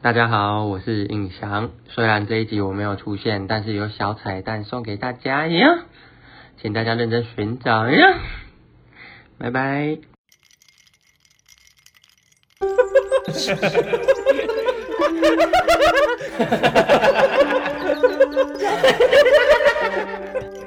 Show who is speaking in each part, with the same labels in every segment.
Speaker 1: 大家好，我是尹翔。虽然这一集我没有出现，但是有小彩蛋送给大家呀，请大家认真寻找呀。拜拜。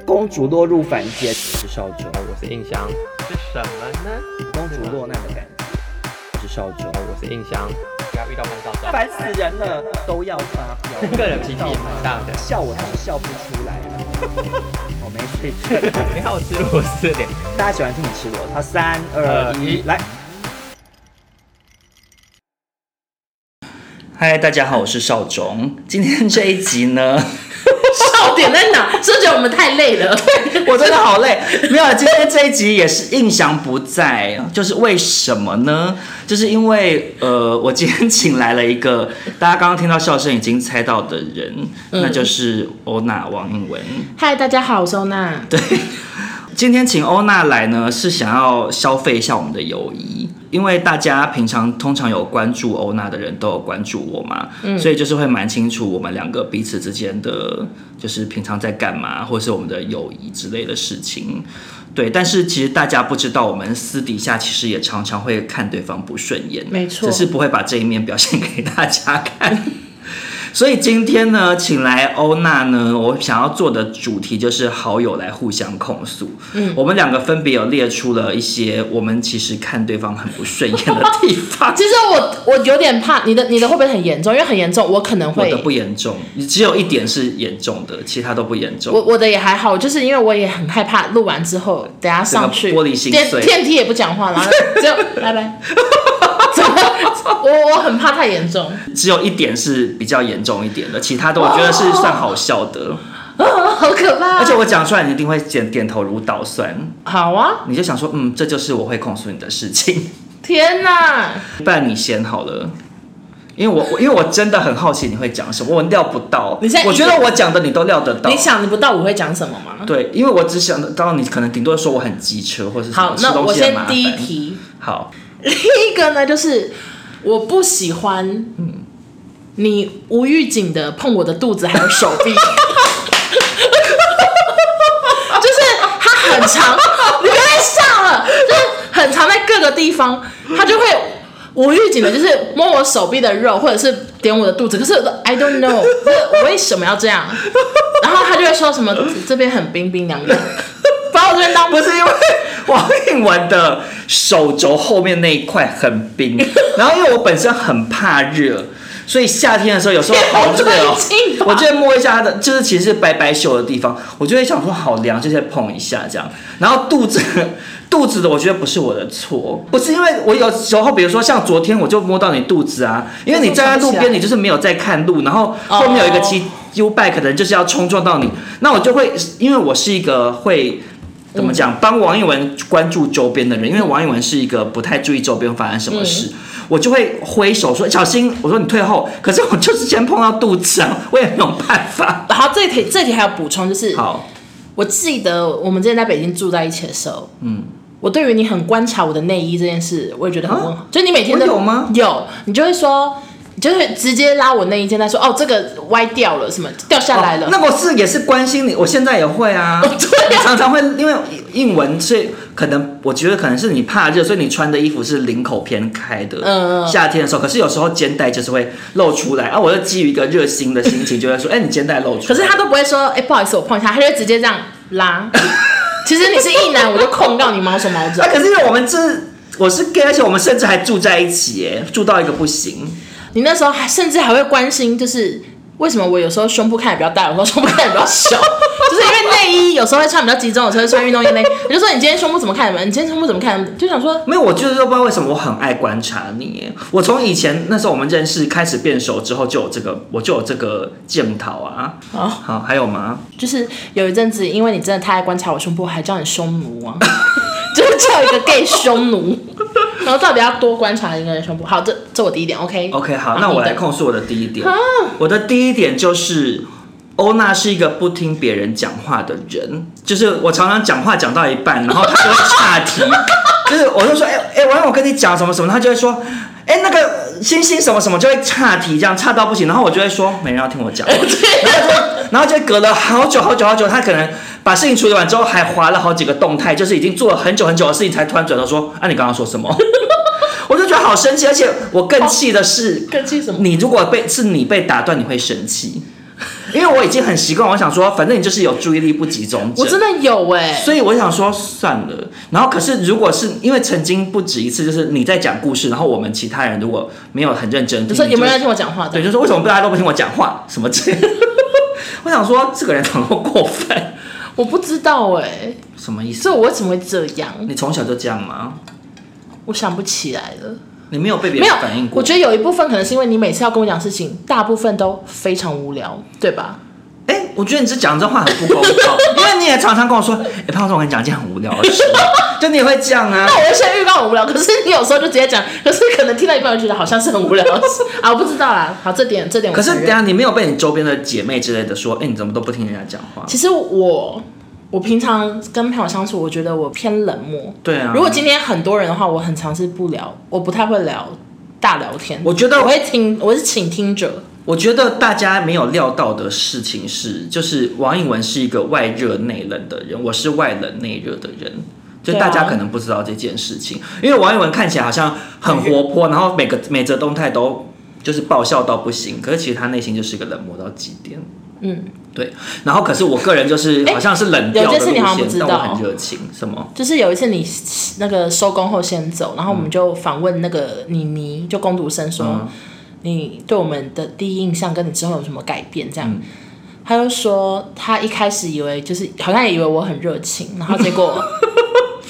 Speaker 2: 公主落入凡间，是少主，
Speaker 1: 我是印翔，是什么呢？
Speaker 2: 公主落难的感觉，是少主，
Speaker 1: 我是印翔，不要遇到潘少少，
Speaker 2: 烦死人了，都要发飙，
Speaker 1: 个人脾气蛮大的。
Speaker 2: 笑我都笑不出来了。 我没睡觉，
Speaker 1: 你看我吃螺丝脸，呃
Speaker 2: 大家喜欢听你吃我，他三二一，来。嗨，大家好，我是少总。今天这一集呢，
Speaker 3: 笑点在哪？是不是觉得我们太累了？
Speaker 2: 我真的好累。没有，今天这一集也是印象不在，就是为什么呢？就是因为呃，我今天请来了一个大家刚刚听到笑声已经猜到的人，
Speaker 3: 嗯
Speaker 2: 那就是欧娜王英文。
Speaker 3: 嗨，大家好，我是欧娜。
Speaker 2: 对，今天请欧娜来呢，是想要消费一下我们的友谊，因为大家平常通常有关注欧娜的人都有关注我嘛，
Speaker 3: 嗯
Speaker 2: 所以就是会蛮清楚我们两个彼此之间的，就是平常在干嘛，或是我们的友谊之类的事情。对，但是其实大家不知道，我们私底下其实也常常会看对方不顺眼，
Speaker 3: 没错
Speaker 2: 只是不会把这一面表现给大家看。所以今天呢，请来欧娜呢，我想要做的主题就是好友来互相控诉。嗯，我们两个分别有列出了一些我们其实看对方很不顺眼的地方
Speaker 3: 其。实我我有点怕你的你的会不会很严重？因为很严重，我可能
Speaker 2: 我
Speaker 3: 会
Speaker 2: 的不严重，只有一点是严重的，其他都不严
Speaker 3: 我
Speaker 2: 重。
Speaker 3: 我的也还好，就是因为我也很害怕录完之后，等下上去
Speaker 2: 整个玻璃心
Speaker 3: 电
Speaker 2: 碎
Speaker 3: 电梯也不讲话，然后 只有拜 拜。我我很怕太严重，
Speaker 2: 只有一点是比较严重一点的，其他的我觉得是算好笑的。
Speaker 3: 好可怕。
Speaker 2: 而且我讲出来，你一定会点点头如捣蒜，
Speaker 3: 好啊，
Speaker 2: 你就想说，嗯，这就是我会控诉你的事情。
Speaker 3: 天哪！
Speaker 2: 不然你先好了，因为我我因为我真的很好奇你会讲什么，我料不到。
Speaker 3: 你现在
Speaker 2: 我觉得我讲的你都料得到
Speaker 3: 你。想你不到我会讲什么吗？
Speaker 2: 对，因为我只想到你可能顶多说我很机车，或者是什么
Speaker 3: 好，
Speaker 2: 吃
Speaker 3: 那
Speaker 2: 东
Speaker 3: 我
Speaker 2: 西很
Speaker 3: 先
Speaker 2: 麻烦
Speaker 3: 第一。题。
Speaker 2: 好，
Speaker 3: 第一个呢，就是我不喜欢你无预警的碰我的肚子还有手臂， 就是他很长，你别笑了，就是很长在各个地方，他就会无预警的，就是摸我手臂的肉，或者是点我的肚子，可是 I don't know，就是为什么要这样？然后他就会说什么这边很冰冰凉凉，把我这边当
Speaker 2: 不是因为王韵文的手肘后面那一块很冰，然后因为我本身很怕热。所以夏天的时候，有时候好热哦
Speaker 3: 天气吧，
Speaker 2: 我就会摸一下它的，就是其实是白白袖的地方，我就会想说好凉，就再碰一下这样。然后肚子， 肚子的我觉得不是我的错，不是因为我有时候，比如说像昨天我就摸到你肚子啊，因为你站在路边，你就是没有在看路，然后后面有一个骑 U bike 的人就是要冲撞到你，那我就会因为我是一个会怎么讲，帮王一文关注周边的人，因为王一文是一个不太注意周边发生什么事，我就会挥手说小心，我说你退后，可是我就是先碰到肚子啊，我也没有办法。
Speaker 3: 然后这题这题还有补充，就是
Speaker 2: 好，
Speaker 3: 我记得我们之前在北京住在一起的时候，嗯，我对于你很观察我的内衣这件事，我也觉得很问号。就你每天都
Speaker 2: 啊我有吗
Speaker 3: 有，你就会说，你就会直接拉我内衣肩带说，哦，这个歪掉了，什么掉下来了。
Speaker 2: 哦那我是也是关心你，我现在也会啊，
Speaker 3: 哦对啊
Speaker 2: 你常常会因为英文是可能，我觉得可能是你怕热，所以你穿的衣服是领口偏开的，
Speaker 3: 嗯嗯
Speaker 2: 夏天的时候，可是有时候肩带就是会露出来啊，我就基于一个热心的心情，就会说，哎、你肩带露出来，
Speaker 3: 可是他都不会说，哎、不好意思，我碰一下，他就直接这样拉。 其实你是一男，我就控告你毛手毛脚
Speaker 2: 啊，。可是因为我们这我是 gay，而且我们甚至还住在一起，耶，住到一个不行。
Speaker 3: 你那时候还甚至还会关心，就是为什么我有时候胸部看起来比较大，有时候胸部看起来比较 小，就是因为内衣有时候会穿比较集中，有时候会穿运动衣内衣。我就说你今天胸部怎么看的？你今天胸部怎么看的？就想说
Speaker 2: 没有，我就是说不知道为什么我很爱观察你耶。我从以前那时候我们认识开始变熟之后，就有这个，我就有这个检讨啊。
Speaker 3: 哦
Speaker 2: 好，还有吗？
Speaker 3: 就是有一阵子，因为你真的太爱观察我胸部，我还叫你匈奴 啊，就是叫一个 gay 匈奴。然后到底要多观察一个人胸部？好，这这我第一点，OK。
Speaker 2: OK，好，那我来
Speaker 3: 你的
Speaker 2: 控诉我的第一点。我的第一点就是，欧娜是一个不听别人讲话的人，就是我常常讲话讲到一半，然后 她就会岔题，就是我就说，哎、哎，王、我跟你讲什么什么，她就会说，哎、那个星星什么什么就会岔题，这样岔到不行，然后我就会说没人要听我 讲，然后就隔了好久好久好久，他可能把事情处理完之后，还划了好几个动态，就是已经做了很久很久的事情，才突然转头说啊，你刚刚说什么？ 我就觉得好生气，而且我更气的是，
Speaker 3: 更气什么？
Speaker 2: 你如果被是你被打断，你会生气，因为我已经很习惯，我想说，反正你就是有注意力不集中症，
Speaker 3: 我真的有哎、
Speaker 2: 所以我想说算了，然后可是如果是因为曾经不止一次，就是你在讲故事，然后我们其他人如果没有很认真
Speaker 3: 就
Speaker 2: 听，
Speaker 3: 说有没
Speaker 2: 就
Speaker 3: 有在听我讲话的？
Speaker 2: 对，就说为什么大家都不听我讲话什么之类的。 我想说这个人怎么过分？
Speaker 3: 我不知道哎、
Speaker 2: 什么意思？
Speaker 3: 所以我为什么会这样？
Speaker 2: 你从小就这样吗？
Speaker 3: 我想不起来了。
Speaker 2: 你没有被别人
Speaker 3: 没有
Speaker 2: 反应，过？
Speaker 3: 我觉得有一部分可能是因为你每次要跟我讲事情，大部分都非常无聊，对吧？
Speaker 2: 哎、我觉得你这讲这话很不公道，因为你也常常跟我说，哎、胖总，我跟你讲一件很无聊的事，就你也会这样啊。
Speaker 3: 那我会先预告我无聊，可是你有时候就直接讲，可是可能听到一半我就觉得好像是很无聊 的事啊，我不知道啦。好，这点这点我
Speaker 2: 可是
Speaker 3: 承
Speaker 2: 等一
Speaker 3: 认
Speaker 2: 下你没有被你周边的姐妹之类的说，哎、你怎么都不听人家讲话？
Speaker 3: 其实我我平常跟朋友相处，我觉得我偏冷漠。
Speaker 2: 对啊，
Speaker 3: 如果今天很多人的话，我很尝试不聊，我不太会聊大聊天。
Speaker 2: 我觉得
Speaker 3: 我会听，我是倾听者。
Speaker 2: 我觉得大家没有料到的事情是，就是王颖文是一个外热内冷的人，我是外冷内热的人。就
Speaker 3: 对啊
Speaker 2: 大家可能不知道这件事情，因为王颖文看起来好像很活泼，然后每个每则动态都就是爆笑到不行，可是其实他内心就是个冷漠到极点。
Speaker 3: 嗯，
Speaker 2: 对。然后可是我个人就是
Speaker 3: 哎
Speaker 2: 好像是冷调
Speaker 3: 有
Speaker 2: 的
Speaker 3: 件
Speaker 2: 路
Speaker 3: 事你好像
Speaker 2: 线，
Speaker 3: 不知
Speaker 2: 但
Speaker 3: 道
Speaker 2: 我很热情。什么？
Speaker 3: 就是有一次你那个收工后先走，然后我们就访问那个妮妮，就工读生说、
Speaker 2: 嗯
Speaker 3: 你对我们的第一印象跟你之后有什么改变这样。
Speaker 2: 嗯
Speaker 3: 他就说，他一开始以为就是好像也以为我很热情，然后结 果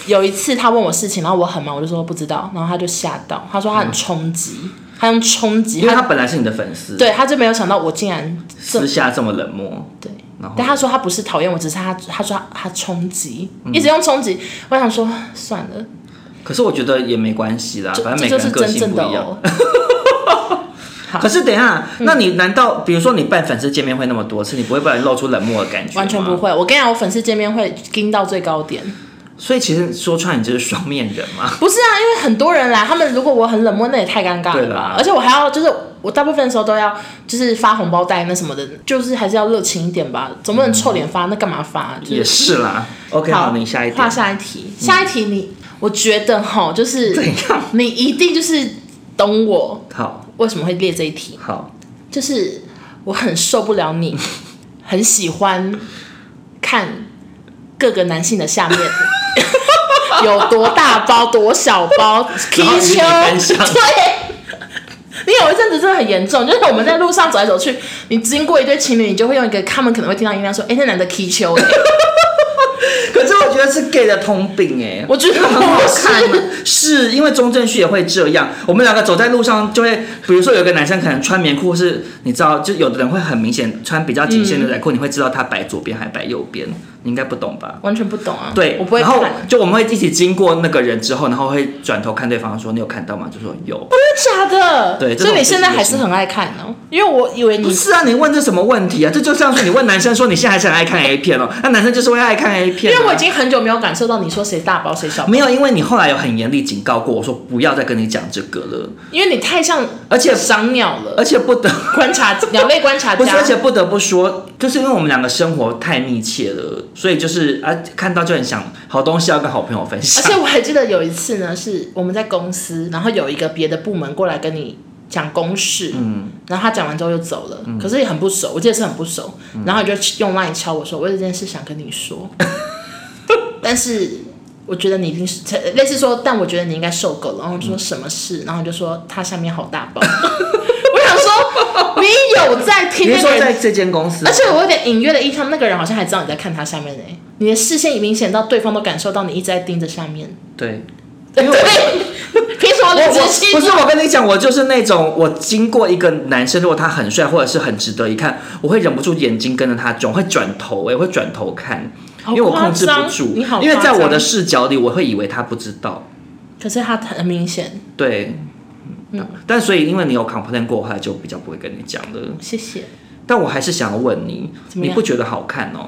Speaker 3: 有一次他问我事情，然后我很忙，我就说不知道，然后他就吓到，他说他很冲击，他用冲击，
Speaker 2: 因为
Speaker 3: 他
Speaker 2: 他本来是你的粉丝，，
Speaker 3: 对，他就没有想到我竟然这
Speaker 2: 私下这么冷漠，
Speaker 3: 对，
Speaker 2: 然后
Speaker 3: 但他说他不是讨厌我，只是他他说他他冲击，
Speaker 2: 嗯
Speaker 3: 一直用冲击。我想说算了，
Speaker 2: 可是我觉得也没关系啦，
Speaker 3: 这
Speaker 2: 啊反正每
Speaker 3: 这就
Speaker 2: 个
Speaker 3: 是
Speaker 2: 人个
Speaker 3: 真
Speaker 2: 性
Speaker 3: 正
Speaker 2: 不
Speaker 3: 的
Speaker 2: 一样。
Speaker 3: 哦。
Speaker 2: 可是等一下，
Speaker 3: 嗯
Speaker 2: 那你难道比如说你办粉丝见面会那么多次，你不会被人露出冷漠的感觉吗
Speaker 3: 完 全不。会，我跟你讲，我粉丝见面会盯到最高点。
Speaker 2: 所以其实说穿，你就是双面人 嘛。
Speaker 3: 不是啊，因为很多人来，他们如果我很冷漠，那也太尴尬
Speaker 2: 对
Speaker 3: 了吧
Speaker 2: 啦。
Speaker 3: 而且我还要就是，我大部分的时候都要就是发红包袋那什么的，就是还是要热情一点吧，总不能臭脸发，那干嘛发？啊就
Speaker 2: 嗯
Speaker 3: 是
Speaker 2: 也是啦。OK，好，你下一嗯
Speaker 3: 画
Speaker 2: 点。
Speaker 3: 下一题，下一题你，我觉得哈，就是
Speaker 2: 怎样？
Speaker 3: 你一定就是懂我
Speaker 2: 好
Speaker 3: 为什么会列这一题，
Speaker 2: 好，
Speaker 3: 就是我很受不了你，很喜欢看各个男性的下 面有多大包、多小包，踢
Speaker 2: 然后与你
Speaker 3: 球
Speaker 2: 分享
Speaker 3: 对。你有一阵子真的很严重，就是我们在路上走来走去，你经过一对情侣，你就会用一个他们可能会听到音量说：“哎、那男的踢球、欸。
Speaker 2: 可是我觉得是 gay 的通病哎”、
Speaker 3: 我觉得
Speaker 2: 很好看
Speaker 3: 是，
Speaker 2: 是因为钟正旭也会这样。我们两个走在路上，就会，比如说有一个男生可能穿棉裤，或是你知道，就有的人会很明显穿比较紧
Speaker 3: 嗯
Speaker 2: 身的牛仔裤，你会知道他摆左边还摆右边，你应该不懂吧？
Speaker 3: 完全不懂啊。
Speaker 2: 对，
Speaker 3: 我不会
Speaker 2: 然后
Speaker 3: 看。
Speaker 2: 就我们会一起经过那个人之后，然后会转头看对方说：“你有看到吗？”就说有。
Speaker 3: 真的假的？
Speaker 2: 对这
Speaker 3: 所
Speaker 2: 种
Speaker 3: 以你现在
Speaker 2: 事情
Speaker 3: 还是很爱看哦，因为我以为
Speaker 2: 不
Speaker 3: 你
Speaker 2: 是啊，你问这什么问题啊？这就像是你问男生说你现在还是很爱看 A 片哦，那男生就是会爱看 A 片、啊。
Speaker 3: 因为我已经很久没有感受到你说谁大包谁小包，
Speaker 2: 没有，因为你后来有很严厉警告过我说不要再跟你讲这个了，
Speaker 3: 因为你太像
Speaker 2: 而且
Speaker 3: 赏鸟了，
Speaker 2: 而且不得
Speaker 3: 观察鸟类观察
Speaker 2: 不是，而且
Speaker 3: 家。
Speaker 2: 不得不说，就是因为我们两个生活太密切了，所以就是啊，看到就很想好东西要跟好朋友分
Speaker 3: 而
Speaker 2: 享。
Speaker 3: 且我还记得有一次呢，是我们在公司，然后有一个别的部门过来跟你讲公事，嗯，然后他讲完之后就走了，
Speaker 2: 嗯
Speaker 3: 可是也很不熟，我记得是很不熟，然后你就用 line 敲我说，我有这件事想跟你说， 但是我觉得你一定是类似说，但我觉得你应该受够了，然后我
Speaker 2: 嗯
Speaker 3: 就说什么事，然后你就说他下面好大包， 我想说你有在听
Speaker 2: 你
Speaker 3: 那
Speaker 2: 是
Speaker 3: 个
Speaker 2: 说
Speaker 3: 人
Speaker 2: 在这间公司，
Speaker 3: 而且我有点隐约的印象，那个人好像还知道你在看他下面呢、你的视线也明显到对方都感受到你一直在盯着下面。
Speaker 2: 对，
Speaker 3: 对
Speaker 2: 因为我，
Speaker 3: 凭什么
Speaker 2: 我
Speaker 3: 你
Speaker 2: 我
Speaker 3: 仔细？
Speaker 2: 不是我跟你讲，我就是那种我经过一个男生，如果他很帅或者是很值得一看，我会忍不住眼睛跟着他转，会转头、欸，我会转头看，
Speaker 3: 好
Speaker 2: 因为我控制
Speaker 3: 夸
Speaker 2: 不
Speaker 3: 张
Speaker 2: 住，
Speaker 3: 你好夸张
Speaker 2: 因为在我的视角里，我会以为他不知道，
Speaker 3: 可是他很明显，
Speaker 2: 对。嗯，但所以因为你有 complain 过，我后来就比较不会跟你讲了。
Speaker 3: 谢谢。
Speaker 2: 但我还是想要问你，
Speaker 3: 怎么
Speaker 2: 你
Speaker 3: 样
Speaker 2: 不觉得好看哦？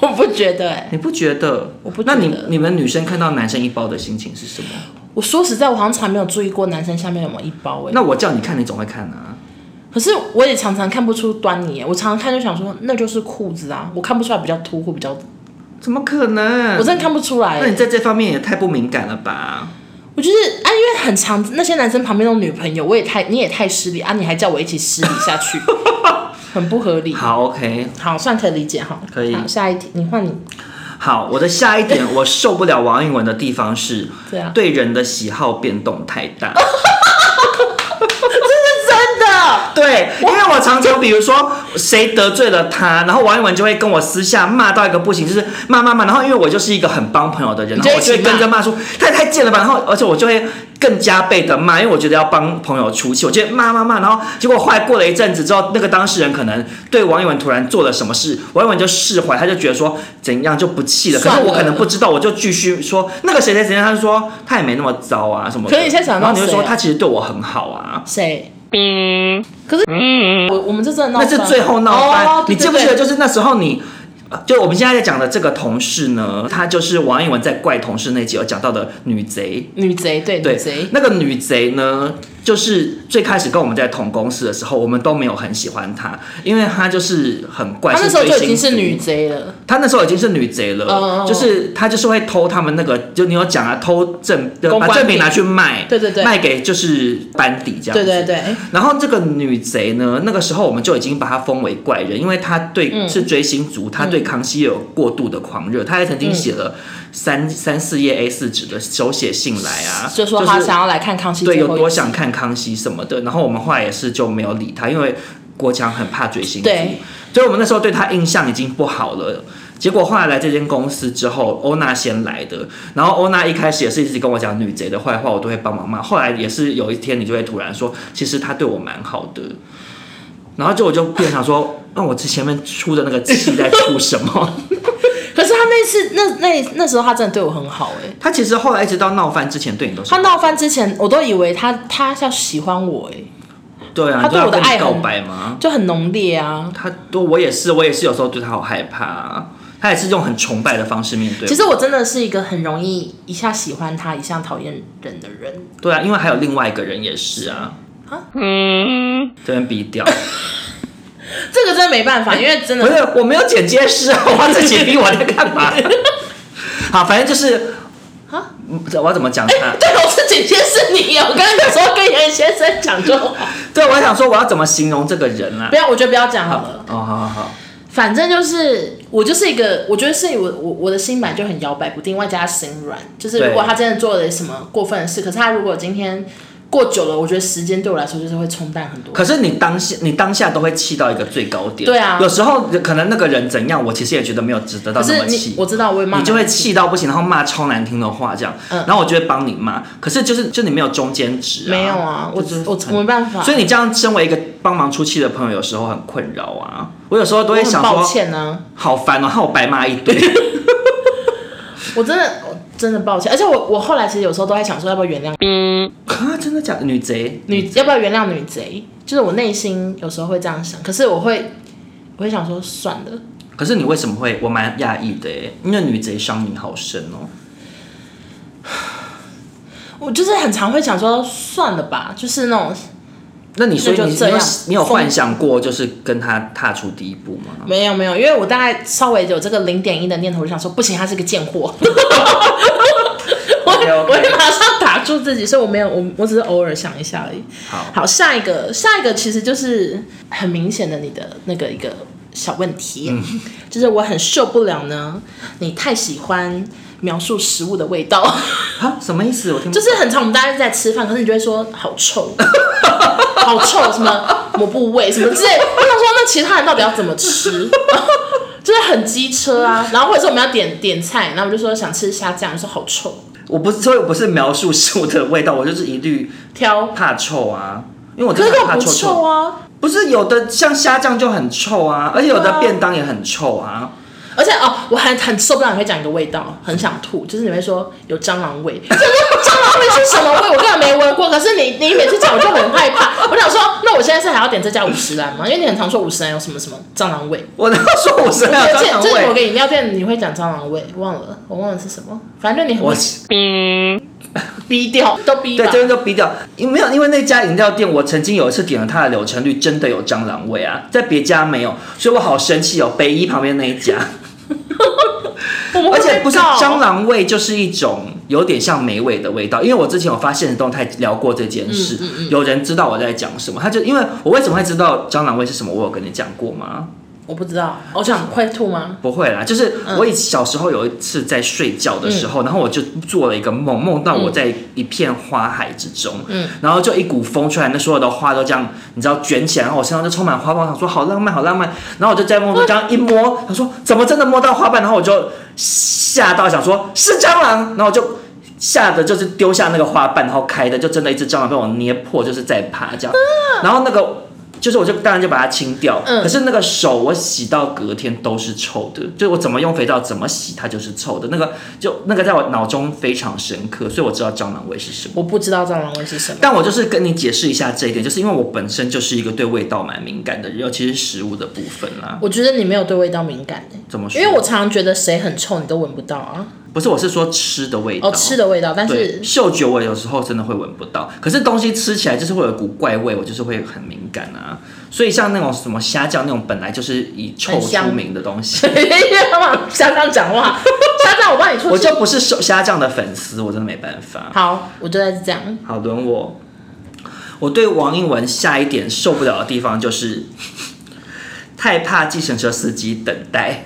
Speaker 3: 我不觉得、欸，
Speaker 2: 你不觉得？
Speaker 3: 我不觉
Speaker 2: 那
Speaker 3: 得
Speaker 2: 你你们女生看到男生一包的心情是什么？
Speaker 3: 我说实在，我好像从来没有注意过男生下面有没有一包哎、
Speaker 2: 那我叫你看，你总会看啊。
Speaker 3: 可是我也常常看不出端倪欸，我常常看就想说那就是裤子啊，我看不出来比较突或比较，
Speaker 2: 怎么可能？
Speaker 3: 我真的看不出来欸、
Speaker 2: 那你在这方面也太不敏感了吧？
Speaker 3: 我就是啊，因为很长那些男生旁边那种女朋友，我也太你也太失礼啊，你还叫我一起失礼 下去，很不合理。
Speaker 2: 好，OK，
Speaker 3: 好，算可以理解哈。
Speaker 2: 可以
Speaker 3: 好，下一题，你换你。
Speaker 2: 好，我的下一点我受不了王韵文的地方是，
Speaker 3: 对啊
Speaker 2: 对人的喜好变动太大。
Speaker 3: 真的，
Speaker 2: 对，因为我常常比如说谁得罪了他，然后王一文就会跟我私下骂到一个不行，就是骂骂骂。然后因为我就是一个很帮朋友的人，
Speaker 3: 你
Speaker 2: 然
Speaker 3: 就
Speaker 2: 后
Speaker 3: 会
Speaker 2: 我就会
Speaker 3: 一起骂
Speaker 2: 跟着骂说太太贱了吧。然后而且我就会更加倍的骂，因为我觉得要帮朋友出气，我就会骂骂骂。然后结果后来过了一阵子之后，那个当事人可能对王一文突然做了什么事，王一文就释怀，他就觉得说怎样就不气了。可是
Speaker 3: 算
Speaker 2: 我可
Speaker 3: 了
Speaker 2: 能不知道，我就继续说那个谁谁谁，他就说他也没那么糟啊什么的。
Speaker 3: 可是你现在想到
Speaker 2: 然后你就说
Speaker 3: 谁啊
Speaker 2: 他其实对我很好啊。
Speaker 3: 谁？可是我我们这真的闹
Speaker 2: 那
Speaker 3: 翻
Speaker 2: 是最后闹翻。
Speaker 3: 哦、
Speaker 2: 你
Speaker 3: 对
Speaker 2: 记不记？得，
Speaker 3: 对对
Speaker 2: 就是那时候你。呃就我们现在在讲的这个同事呢，她就是王一文在怪同事那集有讲到的女贼。
Speaker 3: 女贼，对
Speaker 2: 对
Speaker 3: 女贼，，
Speaker 2: 那个女贼呢，就是最开始跟我们在同公司的时候，我们都没有很喜欢她，因为她就是很怪。
Speaker 3: 她那
Speaker 2: 是
Speaker 3: 时候就
Speaker 2: 追
Speaker 3: 已经
Speaker 2: 星
Speaker 3: 是
Speaker 2: 族
Speaker 3: 女贼了。
Speaker 2: 她那时候已经是女贼了，
Speaker 3: 嗯嗯嗯
Speaker 2: 就是她就是会偷他们那个，就你有讲啊，偷证
Speaker 3: 公
Speaker 2: 把
Speaker 3: 关
Speaker 2: 证品
Speaker 3: 品
Speaker 2: 拿去卖，
Speaker 3: 对对对
Speaker 2: 卖给就是班底这样子。
Speaker 3: 对对对，
Speaker 2: 然后这个女贼呢，那个时候我们就已经把她封为怪人，因为她对、
Speaker 3: 嗯
Speaker 2: 是追星族，她对康熙有过度的狂热，她还
Speaker 3: 嗯
Speaker 2: 曾经写了三、三四页 A 四纸的手写信来啊，
Speaker 3: 就说她想要来看康熙
Speaker 2: 对
Speaker 3: 最
Speaker 2: 有
Speaker 3: 后一
Speaker 2: 多
Speaker 3: 集
Speaker 2: 想看康熙什么的。然后我们后来也是就没有理她，因为国强很怕追星族，
Speaker 3: 对
Speaker 2: 所以我们那时候对她印象已经不好了。结果后来来这间公司之后，欧娜先来的，然后欧娜一开始也是一直跟我讲女贼的坏话，我都会帮忙骂。后来也是有一天，你就会突然说，其实她对我蛮好的，然后就我就变想说， 那我之前面出的那个气在出什么？
Speaker 3: 可是她那次那那那时候她真的对我很好哎、
Speaker 2: 她其实后来一直到闹翻之前对你都是
Speaker 3: 她闹翻之前，我都以为她她要喜欢我哎、
Speaker 2: 对啊，
Speaker 3: 她
Speaker 2: 你都
Speaker 3: 对
Speaker 2: 要
Speaker 3: 我的
Speaker 2: 跟你
Speaker 3: 爱很
Speaker 2: 告白吗？
Speaker 3: 就很浓烈啊。
Speaker 2: 她对我也是，我也是有时候对她好害怕，啊她也是用很崇拜的方式面对我。
Speaker 3: 其实我真的是一个很容易一下喜欢他，一下讨厌人的人。
Speaker 2: 对啊，因为还有另外一个人也是啊，嗯这边逼掉。
Speaker 3: 这个真的没办法，因为真
Speaker 2: 哎不
Speaker 3: 的
Speaker 2: 是，我没有剪接师啊，我自己逼我在干 嘛？好，反正就是
Speaker 3: 啊，哎
Speaker 2: 嗯我要怎么讲它？
Speaker 3: 对我自己先是你，我刚刚有时候跟袁先生讲就 好，
Speaker 2: 对，我想说我要怎么形容这个人啊
Speaker 3: 不？要，我觉得不要讲好了。
Speaker 2: 哦，好好好，
Speaker 3: 反正就是我就是一个，我觉得是我我我的心本来就很摇摆不定，外加心软。就是
Speaker 2: 对
Speaker 3: 如果他真的做了什么过分的事，可是他如果今天过久了，我觉得时间对我来说就是会冲淡很多。
Speaker 2: 可是你当下你当下都会气到一个最高点。
Speaker 3: 对啊
Speaker 2: 有时候可能那个人怎样，我其实也觉得没有值得到
Speaker 3: 可
Speaker 2: 那
Speaker 3: 是
Speaker 2: 么
Speaker 3: 你
Speaker 2: 气。
Speaker 3: 我知道我也骂
Speaker 2: 你就会
Speaker 3: 蛮
Speaker 2: 气到不行，然后骂超难听的话，这样，
Speaker 3: 嗯
Speaker 2: 然后我就会帮你骂。可是就是就你没有中间值、啊，
Speaker 3: 没有啊，我
Speaker 2: 就是
Speaker 3: 我
Speaker 2: 很
Speaker 3: 我没办法，
Speaker 2: 所以你这样身为一个帮忙出气的朋友，有时候很困扰啊。我有时候都
Speaker 3: 我
Speaker 2: 会
Speaker 3: 很
Speaker 2: 想
Speaker 3: 抱
Speaker 2: 说，
Speaker 3: 歉啊呢、
Speaker 2: 好烦哦，害我白骂一堆。
Speaker 3: 我真的我真的抱歉，而且我我后来其实有时候都在想说，要不要原谅
Speaker 2: 啊，真的假的？女贼？
Speaker 3: 女，要不要原谅女贼？就是我内心有时候会这样想，可是我会我会想说算了，
Speaker 2: 可是你为什么会？我蛮讶异的耶，因为女贼伤你好深哦。
Speaker 3: 我就是很常会想说算了吧，就是那种
Speaker 2: 那你说你
Speaker 3: 那就
Speaker 2: 你
Speaker 3: 这
Speaker 2: 有
Speaker 3: 样
Speaker 2: 你有
Speaker 3: 疯
Speaker 2: 幻想过就是跟他踏出第一步吗？
Speaker 3: 没有没有，因为我大概稍微有这个零点一的念头，我就想说不行，他是个贱货。我
Speaker 2: OK，OK
Speaker 3: 我会马上打住自己，所以我没有，我我只是偶尔想一下而已。
Speaker 2: 好，
Speaker 3: 好，下一个，下一个其实就是很明显的你的那个一个小问题，
Speaker 2: 嗯
Speaker 3: 就是我很受不了呢，你太喜欢描述食物的味道，
Speaker 2: 啊，什么意思？我听不
Speaker 3: 就是很常我们大家在吃饭，可是你就会说好臭， 好臭，什么抹布味什么之类，我想说那其他人到底要怎么吃？ 就是很机车啊，然后或者是我们要点点菜，然后我就说想吃虾酱，我说好臭，
Speaker 2: 我不是，所以我不是描述食物的味道，我就是一律
Speaker 3: 挑，
Speaker 2: 怕臭啊，因为我
Speaker 3: 可
Speaker 2: 真
Speaker 3: 是
Speaker 2: 的
Speaker 3: 根
Speaker 2: 很怕
Speaker 3: 本不
Speaker 2: 臭
Speaker 3: 臭啊，
Speaker 2: 不是有的像虾酱就很臭啊，而且有
Speaker 3: 对
Speaker 2: 的
Speaker 3: 啊
Speaker 2: 便当也很臭啊。
Speaker 3: 而且哦，我很很受不了你会讲一个味道，很想吐，就是你会说有蟑螂味， 就是蟑螂味是什么味？我根本没闻过。可是你你每次讲我就很害怕，我想说，那我现在是还要点这家五十兰吗？因为你很常说五十兰有什么什么蟑螂味。
Speaker 2: 我都说我是没有
Speaker 3: 而
Speaker 2: 蟑
Speaker 3: 且
Speaker 2: 螂
Speaker 3: 这是某
Speaker 2: 味，
Speaker 3: 个饮料店你会讲蟑螂味，忘了，我忘了是什么，反正你很
Speaker 2: 我
Speaker 3: 逼掉，都逼
Speaker 2: 对，
Speaker 3: 吧
Speaker 2: 这。边就逼掉，因为没有，因为那家饮料店，我曾经有一次点了它的柳橙绿，真的有蟑螂味啊，在别家没有，所以我好生气哦。北一旁边那一家，
Speaker 3: 我们会
Speaker 2: 而且
Speaker 3: 被
Speaker 2: 不是
Speaker 3: 告
Speaker 2: 蟑螂味，就是一种有点像霉味的味道。因为我之前有发现动态聊过这件
Speaker 3: 嗯
Speaker 2: 事，有人知道我在讲什么，他就因为我为什么会知道蟑螂味是什么，我有跟你讲过吗？
Speaker 3: 我不知道，我想会吐吗？
Speaker 2: 不会啦，就是我以小时候有一次在睡觉的时候，然后我就做了一个梦，梦到我在一片花海之中，嗯，然后就一股风吹来，那所有的花都这样，你知道卷起来，然后我身上就充满花瓣，我想说好浪漫，好浪漫，然后我就在梦中这样一摸，他说怎么真的摸到花瓣，然后我就吓到想说是蟑螂，然后我就。吓得就是丢下那个花瓣，然后开的就真的一只蟑螂被我捏破，就是在爬这样。然后那个就是我就当然就把它清掉，
Speaker 3: 嗯
Speaker 2: 可是那个手我洗到隔天都是臭的，就是我怎么用肥皂怎么洗它就是臭的，那个就那个在我脑中非常深刻，所以我知道蟑螂味是什么。
Speaker 3: 我不知道蟑螂味是什么。
Speaker 2: 但我就是跟你解释一下这一点，就是因为我本身就是一个对味道蛮敏感的人，尤其是食物的部分啦。
Speaker 3: 我觉得你没有对味道敏感、欸、
Speaker 2: 怎么说？
Speaker 3: 因为我常常觉得谁很臭你都闻不到啊。
Speaker 2: 不是我是说吃的味道，
Speaker 3: 哦，吃的味道，但
Speaker 2: 对
Speaker 3: 是
Speaker 2: 嗅觉我有时候真的会闻不到，可是东西吃起来就是会有一股怪味，我就是会很敏感啊。所以像那种什么虾酱那种本来就是以臭
Speaker 3: 很
Speaker 2: 出
Speaker 3: 香
Speaker 2: 名的东 西，
Speaker 3: 因为他往香港讲话，香港我帮你出
Speaker 2: 我
Speaker 3: 去。
Speaker 2: 就不是手虾酱的粉丝，我真的没办法。
Speaker 3: 好，我就在这样。
Speaker 2: 好，轮我。我对王一文下一点受不了的地方就是太怕计程车司机等待。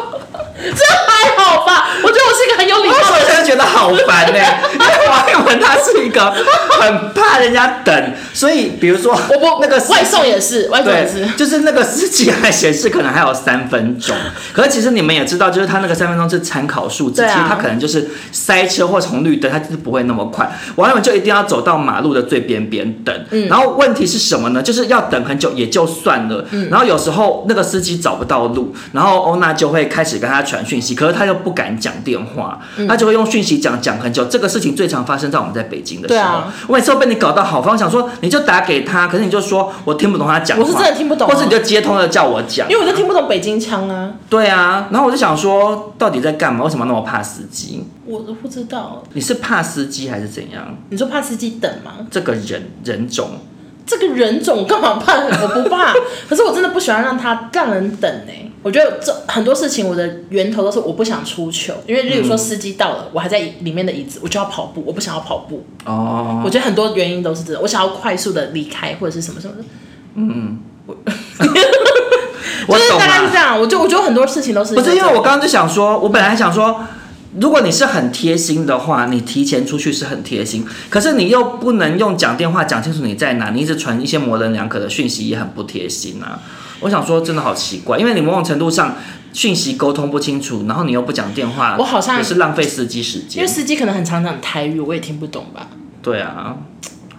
Speaker 3: 还好吧，我觉得我是一个很有礼
Speaker 2: 我
Speaker 3: 貌
Speaker 2: 说
Speaker 3: 的
Speaker 2: 我
Speaker 3: 人。
Speaker 2: 真的觉得好烦呢、欸因为王一文他是一个很怕人家等，所以比如说
Speaker 3: 我不
Speaker 2: 那个司
Speaker 3: 外送也是，外送也是
Speaker 2: 对，，就是那个司机还显示可能还有三分钟，可是其实你们也知道，就是他那个三分钟是参考数字，
Speaker 3: 对啊
Speaker 2: 其实他可能就是塞车或从绿灯，他就是不会那么快。网友就一定要走到马路的最边边等，
Speaker 3: 嗯
Speaker 2: 然后问题是什么呢？就是要等很久也就算了，
Speaker 3: 嗯
Speaker 2: 然后有时候那个司机找不到路，然后欧娜就会开始跟他传讯息，可是他又不敢讲电话，
Speaker 3: 嗯
Speaker 2: 他就会用讯息讲讲很久。这个事情最常发生在我们在北京的时
Speaker 3: 对
Speaker 2: 候，
Speaker 3: 啊
Speaker 2: 我每次都被你搞到好方，想说你就打给他，可是你就说我听不懂他讲。
Speaker 3: 我是真的听不懂啊
Speaker 2: 或是你就接通了叫我讲
Speaker 3: 因。为我就听不懂北京腔啊，
Speaker 2: 对啊，然后我就想说，到底在干嘛？为什么那么怕司机？
Speaker 3: 我都不知道。
Speaker 2: 你是怕司机还是怎样？
Speaker 3: 你说怕司机等吗？
Speaker 2: 这个人人种，
Speaker 3: 这个人种干嘛怕？我不 怕，可是我真的不喜欢让他让人等哎、我觉得这很多事情我的源头都是我不想出糗，因为例如说司机到了，我还在里面的椅子，我就要跑步，我不想要跑步。
Speaker 2: 哦，
Speaker 3: 我觉得很多原因都是这种，我想要快速的离开或者是什么什么的，
Speaker 2: 我
Speaker 3: 就是
Speaker 2: 懂啊
Speaker 3: 大概是这
Speaker 2: 了。
Speaker 3: 样。我就我觉得很多事情都是
Speaker 2: 不是因为
Speaker 3: 这
Speaker 2: 我
Speaker 3: 样
Speaker 2: 刚刚就想说，我本来想说，如果你是很贴心的话，你提前出去是很贴心，可是你又不能用讲电话讲清楚你在哪，你一直传一些模棱两可的讯息也很不贴心啊。我想说，真的好奇怪，因为你某种程度上讯息沟通不清楚，然后你又不讲电话，
Speaker 3: 我好像
Speaker 2: 也是浪费司机时
Speaker 3: 因为
Speaker 2: 间。
Speaker 3: 司机可能很常讲台语，我也听不懂吧？
Speaker 2: 对啊，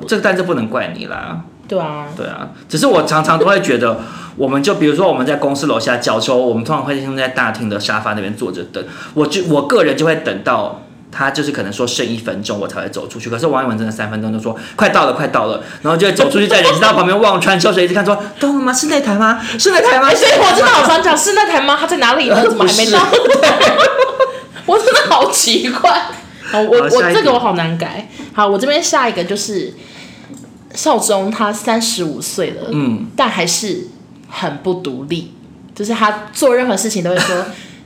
Speaker 2: 这但这不能怪你啦。
Speaker 3: 对啊，
Speaker 2: 对啊，只是我常常都会觉得，我们就比如说我们在公司楼下叫车，我们通常会先在大厅的沙发那边坐着等。我就我个人就会等到他就是可能说剩一分钟我才会走出去，可是王一文真的三分钟就说快到了，快到了，然后就会走出去，在人行道旁边望穿秋水，一直 看说到了吗？是那台吗？是那台吗？呃
Speaker 3: 哎、所以我
Speaker 2: 真的
Speaker 3: 真的好想讲是那台吗？他在哪里呢？怎么还没到？ 我真的好奇怪。好，我
Speaker 2: 好下
Speaker 3: 我
Speaker 2: 一
Speaker 3: 这
Speaker 2: 题
Speaker 3: 个我好难改。好，我这边下一个就是少中，他三十五岁了，
Speaker 2: 嗯，
Speaker 3: 但还是很不独立，就是他做任何事情都会 说。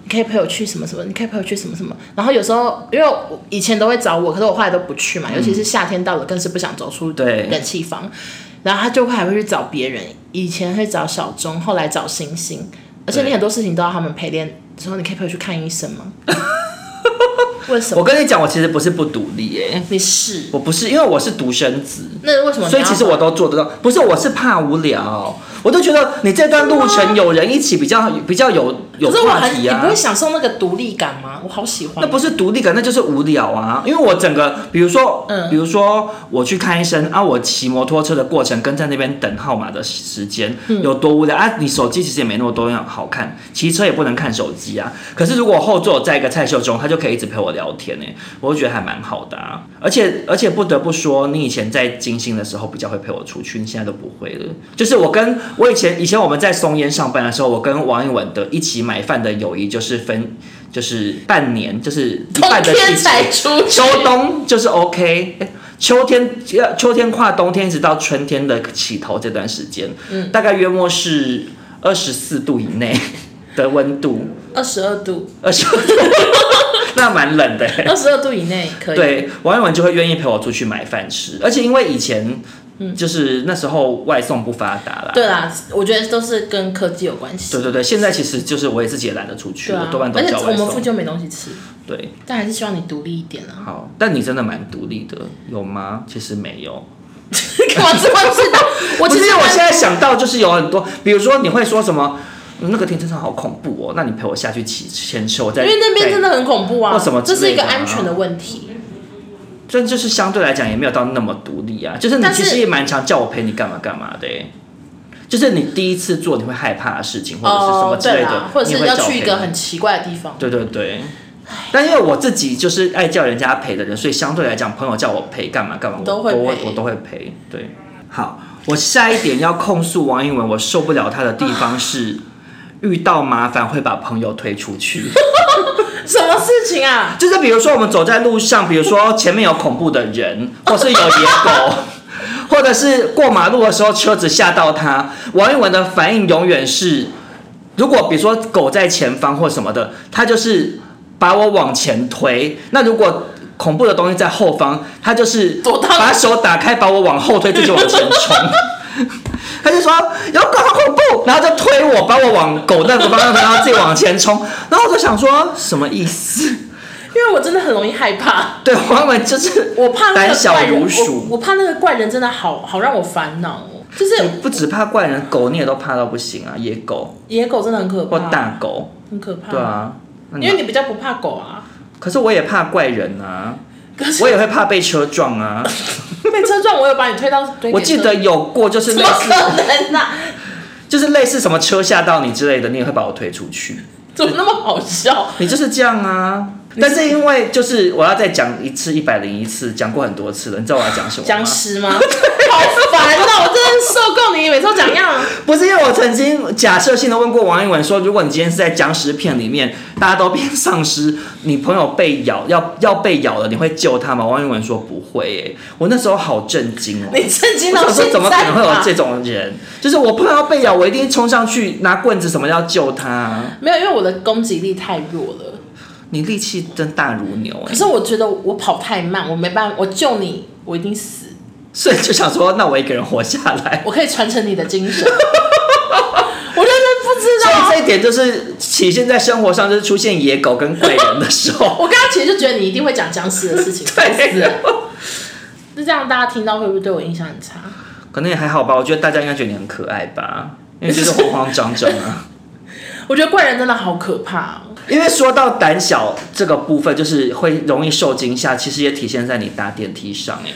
Speaker 3: 你可以陪我去什么什么？你可以陪我去什么什么？然后有时候，因为我以前都会找我，可是我后来都不去嘛。尤其是夏天到了，更是不想走出
Speaker 2: 嗯对
Speaker 3: 冷气房。然后他就会还会去找别人，以前会找小钟，后来找星星，而且
Speaker 2: 对
Speaker 3: 你很多事情都要他们陪练。说你可以陪我去看医生 吗？为什
Speaker 2: 我
Speaker 3: 么？
Speaker 2: 跟你讲，我其实不是不独立耶、
Speaker 3: 你是
Speaker 2: 我不是因为我是独生子，
Speaker 3: 那为什么你要？
Speaker 2: 所以其实我都做得到，不是我是怕无聊，我都觉得你这段路程有人一起比较比较有有
Speaker 3: 啊可是我
Speaker 2: 话
Speaker 3: 很，
Speaker 2: 题
Speaker 3: 你
Speaker 2: 啊
Speaker 3: 不会。享受那个独立感吗？我好喜欢。
Speaker 2: 那不是独立感，那就是无聊啊！因为我整个，比如说，
Speaker 3: 嗯
Speaker 2: 比如说我去看医生啊，我骑摩托车的过程跟在那边等号码的时间有多无聊啊！你手机其实也没那么多样好看，骑车也不能看手机啊。可是如果后座有载一个蔡秀忠，他就可以一直陪我聊天呢、我就觉得还蛮好的啊。而且而且不得不说，你以前在金星的时候比较会陪我出去，你现在都不会了。就是我跟我以前以前我们在松烟上班的时候，我跟王一文的一起买饭的友谊就是分就是半年，就是一
Speaker 3: 冬
Speaker 2: 半的一
Speaker 3: 天
Speaker 2: 起
Speaker 3: 才出去
Speaker 2: 秋冬就是 OK，诶秋天呃秋天跨冬天一直到春天的起头这段时间，
Speaker 3: 嗯
Speaker 2: 大概约莫是二十四度以内的温度，
Speaker 3: 二十二度，
Speaker 2: 二十那蛮冷 的、
Speaker 3: 二十二度以内可以。
Speaker 2: 对，王一文就会愿意陪我出去买饭吃，而且因为以前。就是那时候外送不发达啦，
Speaker 3: 嗯对啦，我觉得都是跟科技有关系
Speaker 2: 对。对对，现在其实就是我也自己也懒得出去，
Speaker 3: 对
Speaker 2: 我
Speaker 3: 啊
Speaker 2: 多半，都
Speaker 3: 而且
Speaker 2: 叫
Speaker 3: 我
Speaker 2: 外
Speaker 3: 们附
Speaker 2: 送。
Speaker 3: 近又没东西吃，
Speaker 2: 对，
Speaker 3: 但还是希望你独立一点 啊。
Speaker 2: 好，但你真的蛮独立的，有吗？其实没有。
Speaker 3: 干嘛这么知道？
Speaker 2: 不
Speaker 3: 我其
Speaker 2: 是
Speaker 3: 实
Speaker 2: 我现在想到就是有很多，比如说你会说什么，嗯那个停车场好恐怖哦，那你陪我下去骑牵车，我在
Speaker 3: 因为那边真的很恐怖啊，
Speaker 2: 或什么之
Speaker 3: 这
Speaker 2: 类的啊
Speaker 3: 是一个安全的问题。
Speaker 2: 这就是相对来讲也没有到那么独立啊，就是你
Speaker 3: 但是
Speaker 2: 其实也蛮常叫我陪你干嘛干嘛的欸、就是你第一次做你会害怕的事情，或者是什么之
Speaker 3: 哦对
Speaker 2: 类
Speaker 3: 啦
Speaker 2: 的，，
Speaker 3: 或者
Speaker 2: 你
Speaker 3: 是
Speaker 2: 会
Speaker 3: 要
Speaker 2: 叫我
Speaker 3: 去一
Speaker 2: 陪
Speaker 3: 个
Speaker 2: 你
Speaker 3: 很奇怪的地方。
Speaker 2: 对对对。但因为我自己就是爱叫人家陪的人，所以相对来讲，朋友叫我陪干嘛干嘛，我
Speaker 3: 都会
Speaker 2: 我
Speaker 3: 陪
Speaker 2: 我都会陪。对，好，我下一点要控诉王一文，我受不了他的地方 是。遇到麻烦会把朋友推出去，
Speaker 3: 什么事情啊？
Speaker 2: 就是比如说我们走在路上，比如说前面有恐怖的人，或是有野狗，或者是过马路的时候车子吓到他，王一文的反应永远是，如果比如说狗在前方或什么的，他就是把我往前推；那如果恐怖的东西在后方，他就是
Speaker 3: 躲到
Speaker 2: 把手打开把我往后推，自己往前冲。他就说有狗好恐怖，然后就推我，把我往狗那个方向推，然后自己往前冲。然后我就想说什么意思？
Speaker 3: 因为我真的很容易害怕，
Speaker 2: 对，王一文就是
Speaker 3: 我怕那
Speaker 2: 胆
Speaker 3: 个怪
Speaker 2: 小
Speaker 3: 人，
Speaker 2: 如
Speaker 3: 我
Speaker 2: 鼠。
Speaker 3: 我怕那个怪人真的好好让我烦恼哦。就是
Speaker 2: 你不只怕怪人，狗你也都怕到不行啊！野狗
Speaker 3: 野狗真的很可
Speaker 2: 或
Speaker 3: 怕，
Speaker 2: 大狗，
Speaker 3: 很可怕。
Speaker 2: 对，啊。那你
Speaker 3: 因为你比较不怕狗啊，
Speaker 2: 可是我也怕怪人啊，
Speaker 3: 可是
Speaker 2: 我也会怕被车撞啊。
Speaker 3: 被车撞， 我有把你推到堆叠车。
Speaker 2: 我记得有过，就是
Speaker 3: 怎
Speaker 2: 类
Speaker 3: 么
Speaker 2: 似，
Speaker 3: 可能啊？
Speaker 2: 就是类似什么车吓到你之类的，你也会把我推出去。
Speaker 3: 怎么那么好笑？
Speaker 2: 你就是这样啊。但是因为就是我要再讲一次一百零一次，讲过很多次了，你知道我要讲什么
Speaker 3: 僵
Speaker 2: 吗？
Speaker 3: 尸吗？好烦哦！我真的受够你每次都讲一样。
Speaker 2: 不是因为我曾经假设性的问过王一文说，如果你今天是在僵尸片里面，大家都变丧尸，你朋友被咬要要被咬了，你会救他吗？王一文说不会、欸。我那时候好震惊哦、
Speaker 3: 你震惊
Speaker 2: 我
Speaker 3: 到
Speaker 2: 想说
Speaker 3: 现在啊
Speaker 2: 怎么可能会有
Speaker 3: 吧
Speaker 2: 这种人？哦就是我碰到被咬，我一定冲上去拿棍子什么要救他。
Speaker 3: 没有，因为我的攻击力太弱了。
Speaker 2: 你力气真大如牛哎、
Speaker 3: 可是我觉得我跑太慢，我没办法，我救你，我一定死。
Speaker 2: 所以就想说，那我一个人活下来。
Speaker 3: 我可以传承你的精 神。我真的不知
Speaker 2: 所以
Speaker 3: 道。
Speaker 2: 这一点就是体现在生活上，就是出现野狗跟贵人的时候。
Speaker 3: 我刚刚其实就觉得你一定会讲僵尸的事情， 烦死
Speaker 2: 对
Speaker 3: 了。，是这样，大家听到会不会对我印象很差？
Speaker 2: 可能也还好吧。我觉得大家应该觉得你很可爱 吧，因为就是慌慌张张啊。
Speaker 3: 我觉得怪人真的好可怕、哦。
Speaker 2: 因为说到胆小这个部分，就是会容易受惊吓，其实也体现在你搭电梯上哎、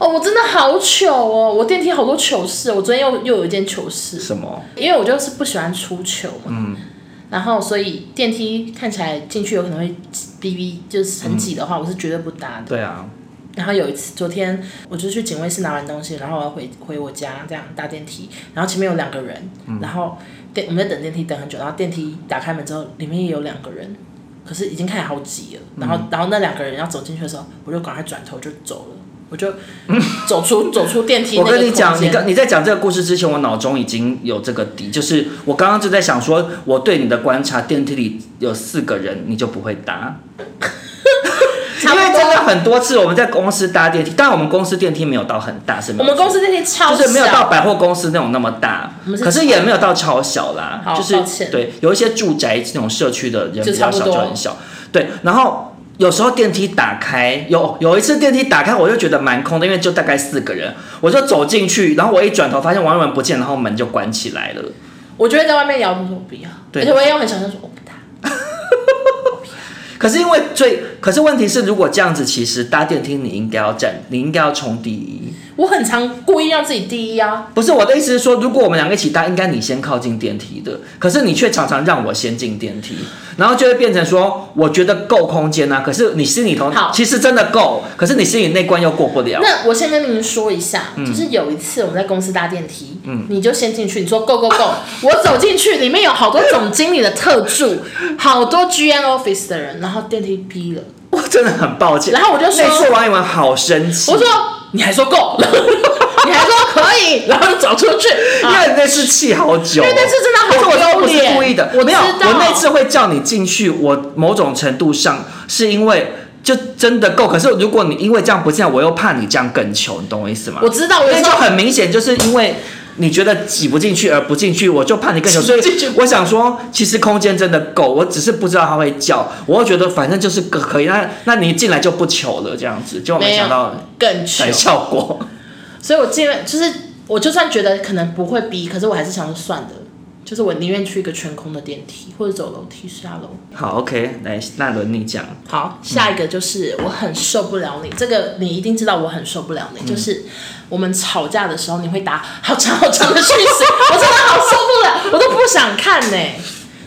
Speaker 3: 哦，我真的好糗哦！我电梯好多糗事，我昨天又又有一件糗事，
Speaker 2: 什么？
Speaker 3: 因为我就是嗯不喜欢出糗嘛，然后所以电梯看起来进去有可能会逼逼，就是很挤的话，我是绝对不搭的。
Speaker 2: 对啊，
Speaker 3: 然后有一次，昨天我就去警卫室拿完东西，然后我要回回我家，这样搭电梯，然后前面有两个人，
Speaker 2: 嗯
Speaker 3: 然后电我们在等电梯等很久，然后电梯打开门之后，里面也有两个人，可是已经看起来好挤了，
Speaker 2: 嗯
Speaker 3: 然后、然后那两个人要走进去的时候，我就赶快转头就走了，我就走出、走出电梯那
Speaker 2: 我
Speaker 3: 个
Speaker 2: 跟你
Speaker 3: 空
Speaker 2: 讲，你
Speaker 3: 间
Speaker 2: 刚你在讲这个故事之前，我脑中已经有这个底，就是我刚刚就在想说，我对你的观察，电梯里有四个人，你就不会 搭。因
Speaker 3: 差不多
Speaker 2: 为真的很多次我们在公司搭电梯，但我们公司电梯没有到很大，是没
Speaker 3: 我
Speaker 2: 有
Speaker 3: 们公
Speaker 2: 错
Speaker 3: 司电梯超
Speaker 2: 就是没有到
Speaker 3: 小，
Speaker 2: 百货公司那种那么大
Speaker 3: 我们，是
Speaker 2: 可是也没有到超小啦，
Speaker 3: 好
Speaker 2: 就
Speaker 3: 抱
Speaker 2: 是
Speaker 3: 歉
Speaker 2: 对，有一些住宅那种社区的人
Speaker 3: 就
Speaker 2: 比较
Speaker 3: 差不
Speaker 2: 少，
Speaker 3: 多
Speaker 2: 就很小。对，然后有时候电梯打开，有有一次电梯打开，我就觉得蛮空的，因为就大概四个人，我就走进去，然后我一转头发现王一文不见，然后门就关起来了。
Speaker 3: 我就会在外面摇头说不要，
Speaker 2: 对
Speaker 3: 而且我也要很小声说我不搭。
Speaker 2: 可是因为最，可是问题是，如果这样子，其实搭电梯你应该要站，你应该要冲第一。
Speaker 3: 我很常故意让自己低呀、啊。
Speaker 2: 不是我的意思是说，如果我们两个一起搭，应该你先靠近电梯的，可是你却常常让我先进电梯，然后就会变成说，我觉得够空间啊，可是你心里头
Speaker 3: 好
Speaker 2: 其实真的够，可是你心里那关又过不了。
Speaker 3: 那我先跟你们说一下，就是有一次我们在公司搭电梯，你就先进去，你说 go go go，我走进去，里面有好多总经理的特 助，好多 GM office 的人，然后电梯逼了，
Speaker 2: 我真的很抱歉。
Speaker 3: 然后我就说
Speaker 2: 那次王一文好生气，
Speaker 3: 我说你还说 够，你还说可以，然后就走出去，
Speaker 2: 因
Speaker 3: 啊
Speaker 2: 为那次气好久哦，
Speaker 3: 因为那次真的好
Speaker 2: 可是我都不
Speaker 3: 丢
Speaker 2: 是
Speaker 3: 脸
Speaker 2: 故意的，
Speaker 3: 我
Speaker 2: 没有，
Speaker 3: 知道
Speaker 2: 我那次会叫你进去，我某种程度上是因为就真的够，可是如果你因为这样不进来，我又怕你这样更糗，你懂我意思吗？
Speaker 3: 我知道，我
Speaker 2: 那
Speaker 3: 时
Speaker 2: 就
Speaker 3: 候
Speaker 2: 很明显，就是因为你觉得挤不进去而不进去，我就怕你更久。所以我想说，其实空间真的够，我只是不知道他会叫，我又觉得反正就是可可以，那那你进来就不求了，这样子，结果没想到
Speaker 3: 更糗
Speaker 2: 没，效果。
Speaker 3: 所以我尽量就是我就算觉得可能不会逼，可是我还是想说算的，就是我宁愿去一个全空的电梯或者走楼梯下楼。
Speaker 2: 好，OK，来，那轮你讲。
Speaker 3: 好，下一个就是我很受不了你，这个你一定知道我很受不了你，
Speaker 2: 嗯
Speaker 3: 就是我们吵架的时候你会打好长好长的讯息，我真的好受不了，我都不想看呢、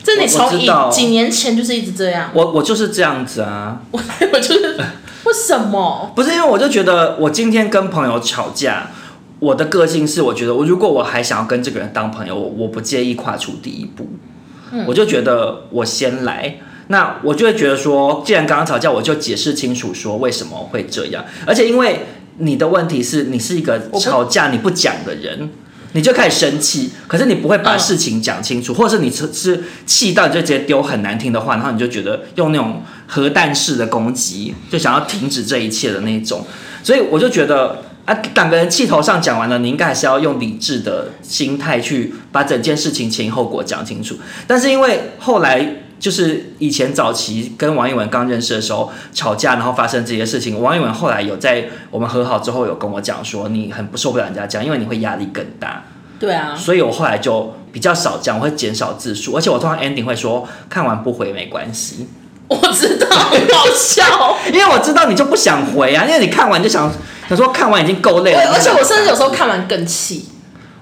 Speaker 3: 这你
Speaker 2: 我
Speaker 3: 从
Speaker 2: 我知
Speaker 3: 以
Speaker 2: 道
Speaker 3: 几年前就是一直这样，
Speaker 2: 我我就是这样子啊，
Speaker 3: 我我就是为什么？
Speaker 2: 不是因为我就觉得我今天跟朋友吵架，我的个性是我觉得我如果我还想要跟这个人当朋友，我我不介意跨出第一步，我就觉得我先来。那我就会觉得说，既然刚刚吵架，我就解释清楚说为什么会这样，而且因为你的问题是你是一个
Speaker 3: 不
Speaker 2: 吵架你不讲的人。你就开始生气，可是你不会把
Speaker 3: 嗯
Speaker 2: 事情讲清楚，或者是你是是气到你就直接丢很难听的话，然后你就觉得用那种核弹式的攻击，就想要停止这一切的那种。所以我就觉得啊，两个人气头上讲完了，你应该还是要用理智的心态去把整件事情前因后果讲清楚。但是因为后来。就是以前早期跟王一文刚认识的时候吵架，然后发生这些事情。王一文后来有在我们和好之后有跟我讲说，你很不受不了人家这样，因为你会压力更大。
Speaker 3: 对啊，
Speaker 2: 所以我后来就比较少讲，我会减少字数，而且我通常 ending 会说看完不回没关系，
Speaker 3: 我知道，很搞 笑。
Speaker 2: 因为我知道你就不想回啊，因为你看完就想想说看完已经够累
Speaker 3: 对，
Speaker 2: 了。
Speaker 3: 而且
Speaker 2: 那
Speaker 3: 我甚至有时候看完更气。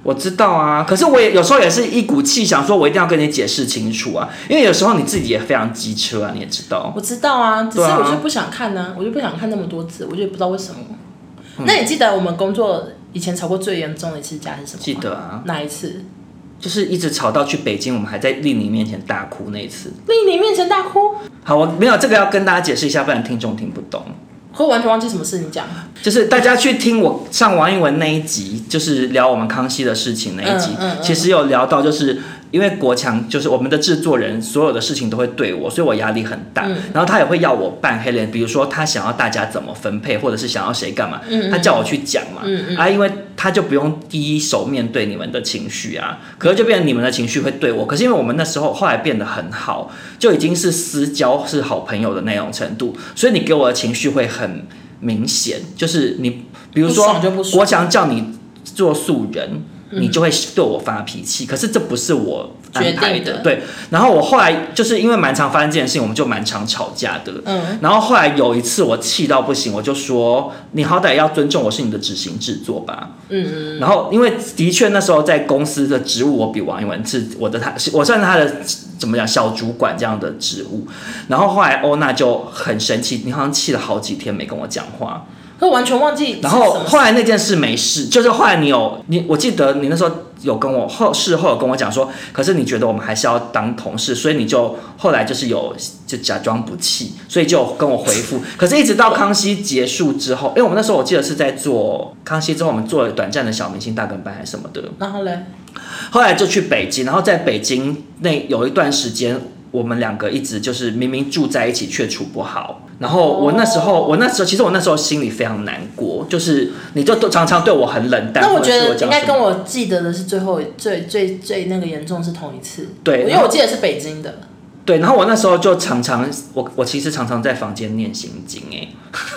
Speaker 2: 我知道啊，可是我也有时候也是一股气想说，我一定要跟你解释清楚啊，因为有时候你自己也非常机车啊，你也知道。
Speaker 3: 我知道啊，只
Speaker 2: 对
Speaker 3: 是
Speaker 2: 啊
Speaker 3: 我就不想看呢、我就不想看那么多字，我就不知道为什么。
Speaker 2: 嗯
Speaker 3: 那你记得我们工作以前吵过最严重的一次架是什么吗？
Speaker 2: 记得啊，
Speaker 3: 哪一次？
Speaker 2: 就是一直吵到去北京，我们还在令你面前大哭那一次。
Speaker 3: 丽你面前大哭，
Speaker 2: 好，我没有这个要跟大家解释一下，不然听众听不懂。
Speaker 3: 可我完全忘记什么事情讲。
Speaker 2: 就是大家去听我上王一文那一集，就是聊我们康熙的事情那一集，
Speaker 3: 嗯嗯嗯
Speaker 2: 其实有聊到，就是因为国强就是我们的制作人，所有的事情都会对我，所以我压力很大。
Speaker 3: 嗯
Speaker 2: 然后他也会要我扮黑脸，比如说他想要大家怎么分配，或者是想要谁干嘛，
Speaker 3: 嗯嗯
Speaker 2: 他叫我去讲嘛。
Speaker 3: 嗯
Speaker 2: 啊，因为他就不用第一手面对你们的情绪啊，可是就变成你们的情绪会对我。可是因为我们那时候后来变得很好，就已经是私交是好朋友的那种程度，所以你给我的情绪会很明显，就是你比如
Speaker 3: 不
Speaker 2: 说
Speaker 3: 爽就不爽
Speaker 2: 国强叫你做素人。
Speaker 3: 嗯
Speaker 2: 你就会对我发脾气，可是这不是我安排
Speaker 3: 决定的
Speaker 2: 对。然后我后来就是因为蛮常发生这件事情，我们就蛮常吵架的。
Speaker 3: 嗯，
Speaker 2: 然后后来有一次我气到不行，我就说你好歹要尊重我是你的执行制作吧。嗯嗯。然后因为的确那时候在公司的职务，我比王一文是我的他，是我算是他的怎么讲小主管这样的职务。然后后来欧娜就很生气，你好像气了好几天没跟我讲话。
Speaker 3: 可我完全忘记是什
Speaker 2: 然
Speaker 3: 么事。
Speaker 2: 后后来那件事没事，就是后来你有你，我记得你那时候有跟我后事后有跟我讲说，可是你觉得我们还是要当同事，所以你就后来就是有就假装不气，所以就跟我回 复。可是，一直到康熙结束之后，因为我们那时候我记得是在做康熙之后，我们做了短暂的小明星大跟班还是什么的，
Speaker 3: 然后嘞，
Speaker 2: 后来就去北京，然后在北京那有一段时间，我们两个一直就是明明住在一起却处不好。然后我那时候，
Speaker 3: 哦
Speaker 2: 我那时候其实我那时候心里非常难过，就是你就都常常对我很冷淡。
Speaker 3: 那
Speaker 2: 或
Speaker 3: 我
Speaker 2: 者
Speaker 3: 觉
Speaker 2: 是
Speaker 3: 得
Speaker 2: 讲
Speaker 3: 应该
Speaker 2: 什
Speaker 3: 跟
Speaker 2: 么
Speaker 3: 我记得的是最后最最最那个严重是同一次。
Speaker 2: 对
Speaker 3: 因为
Speaker 2: 然后
Speaker 3: 我记得是北 京的，
Speaker 2: 对，然后我那时候就常常，我我其实常常在房间念心经哎、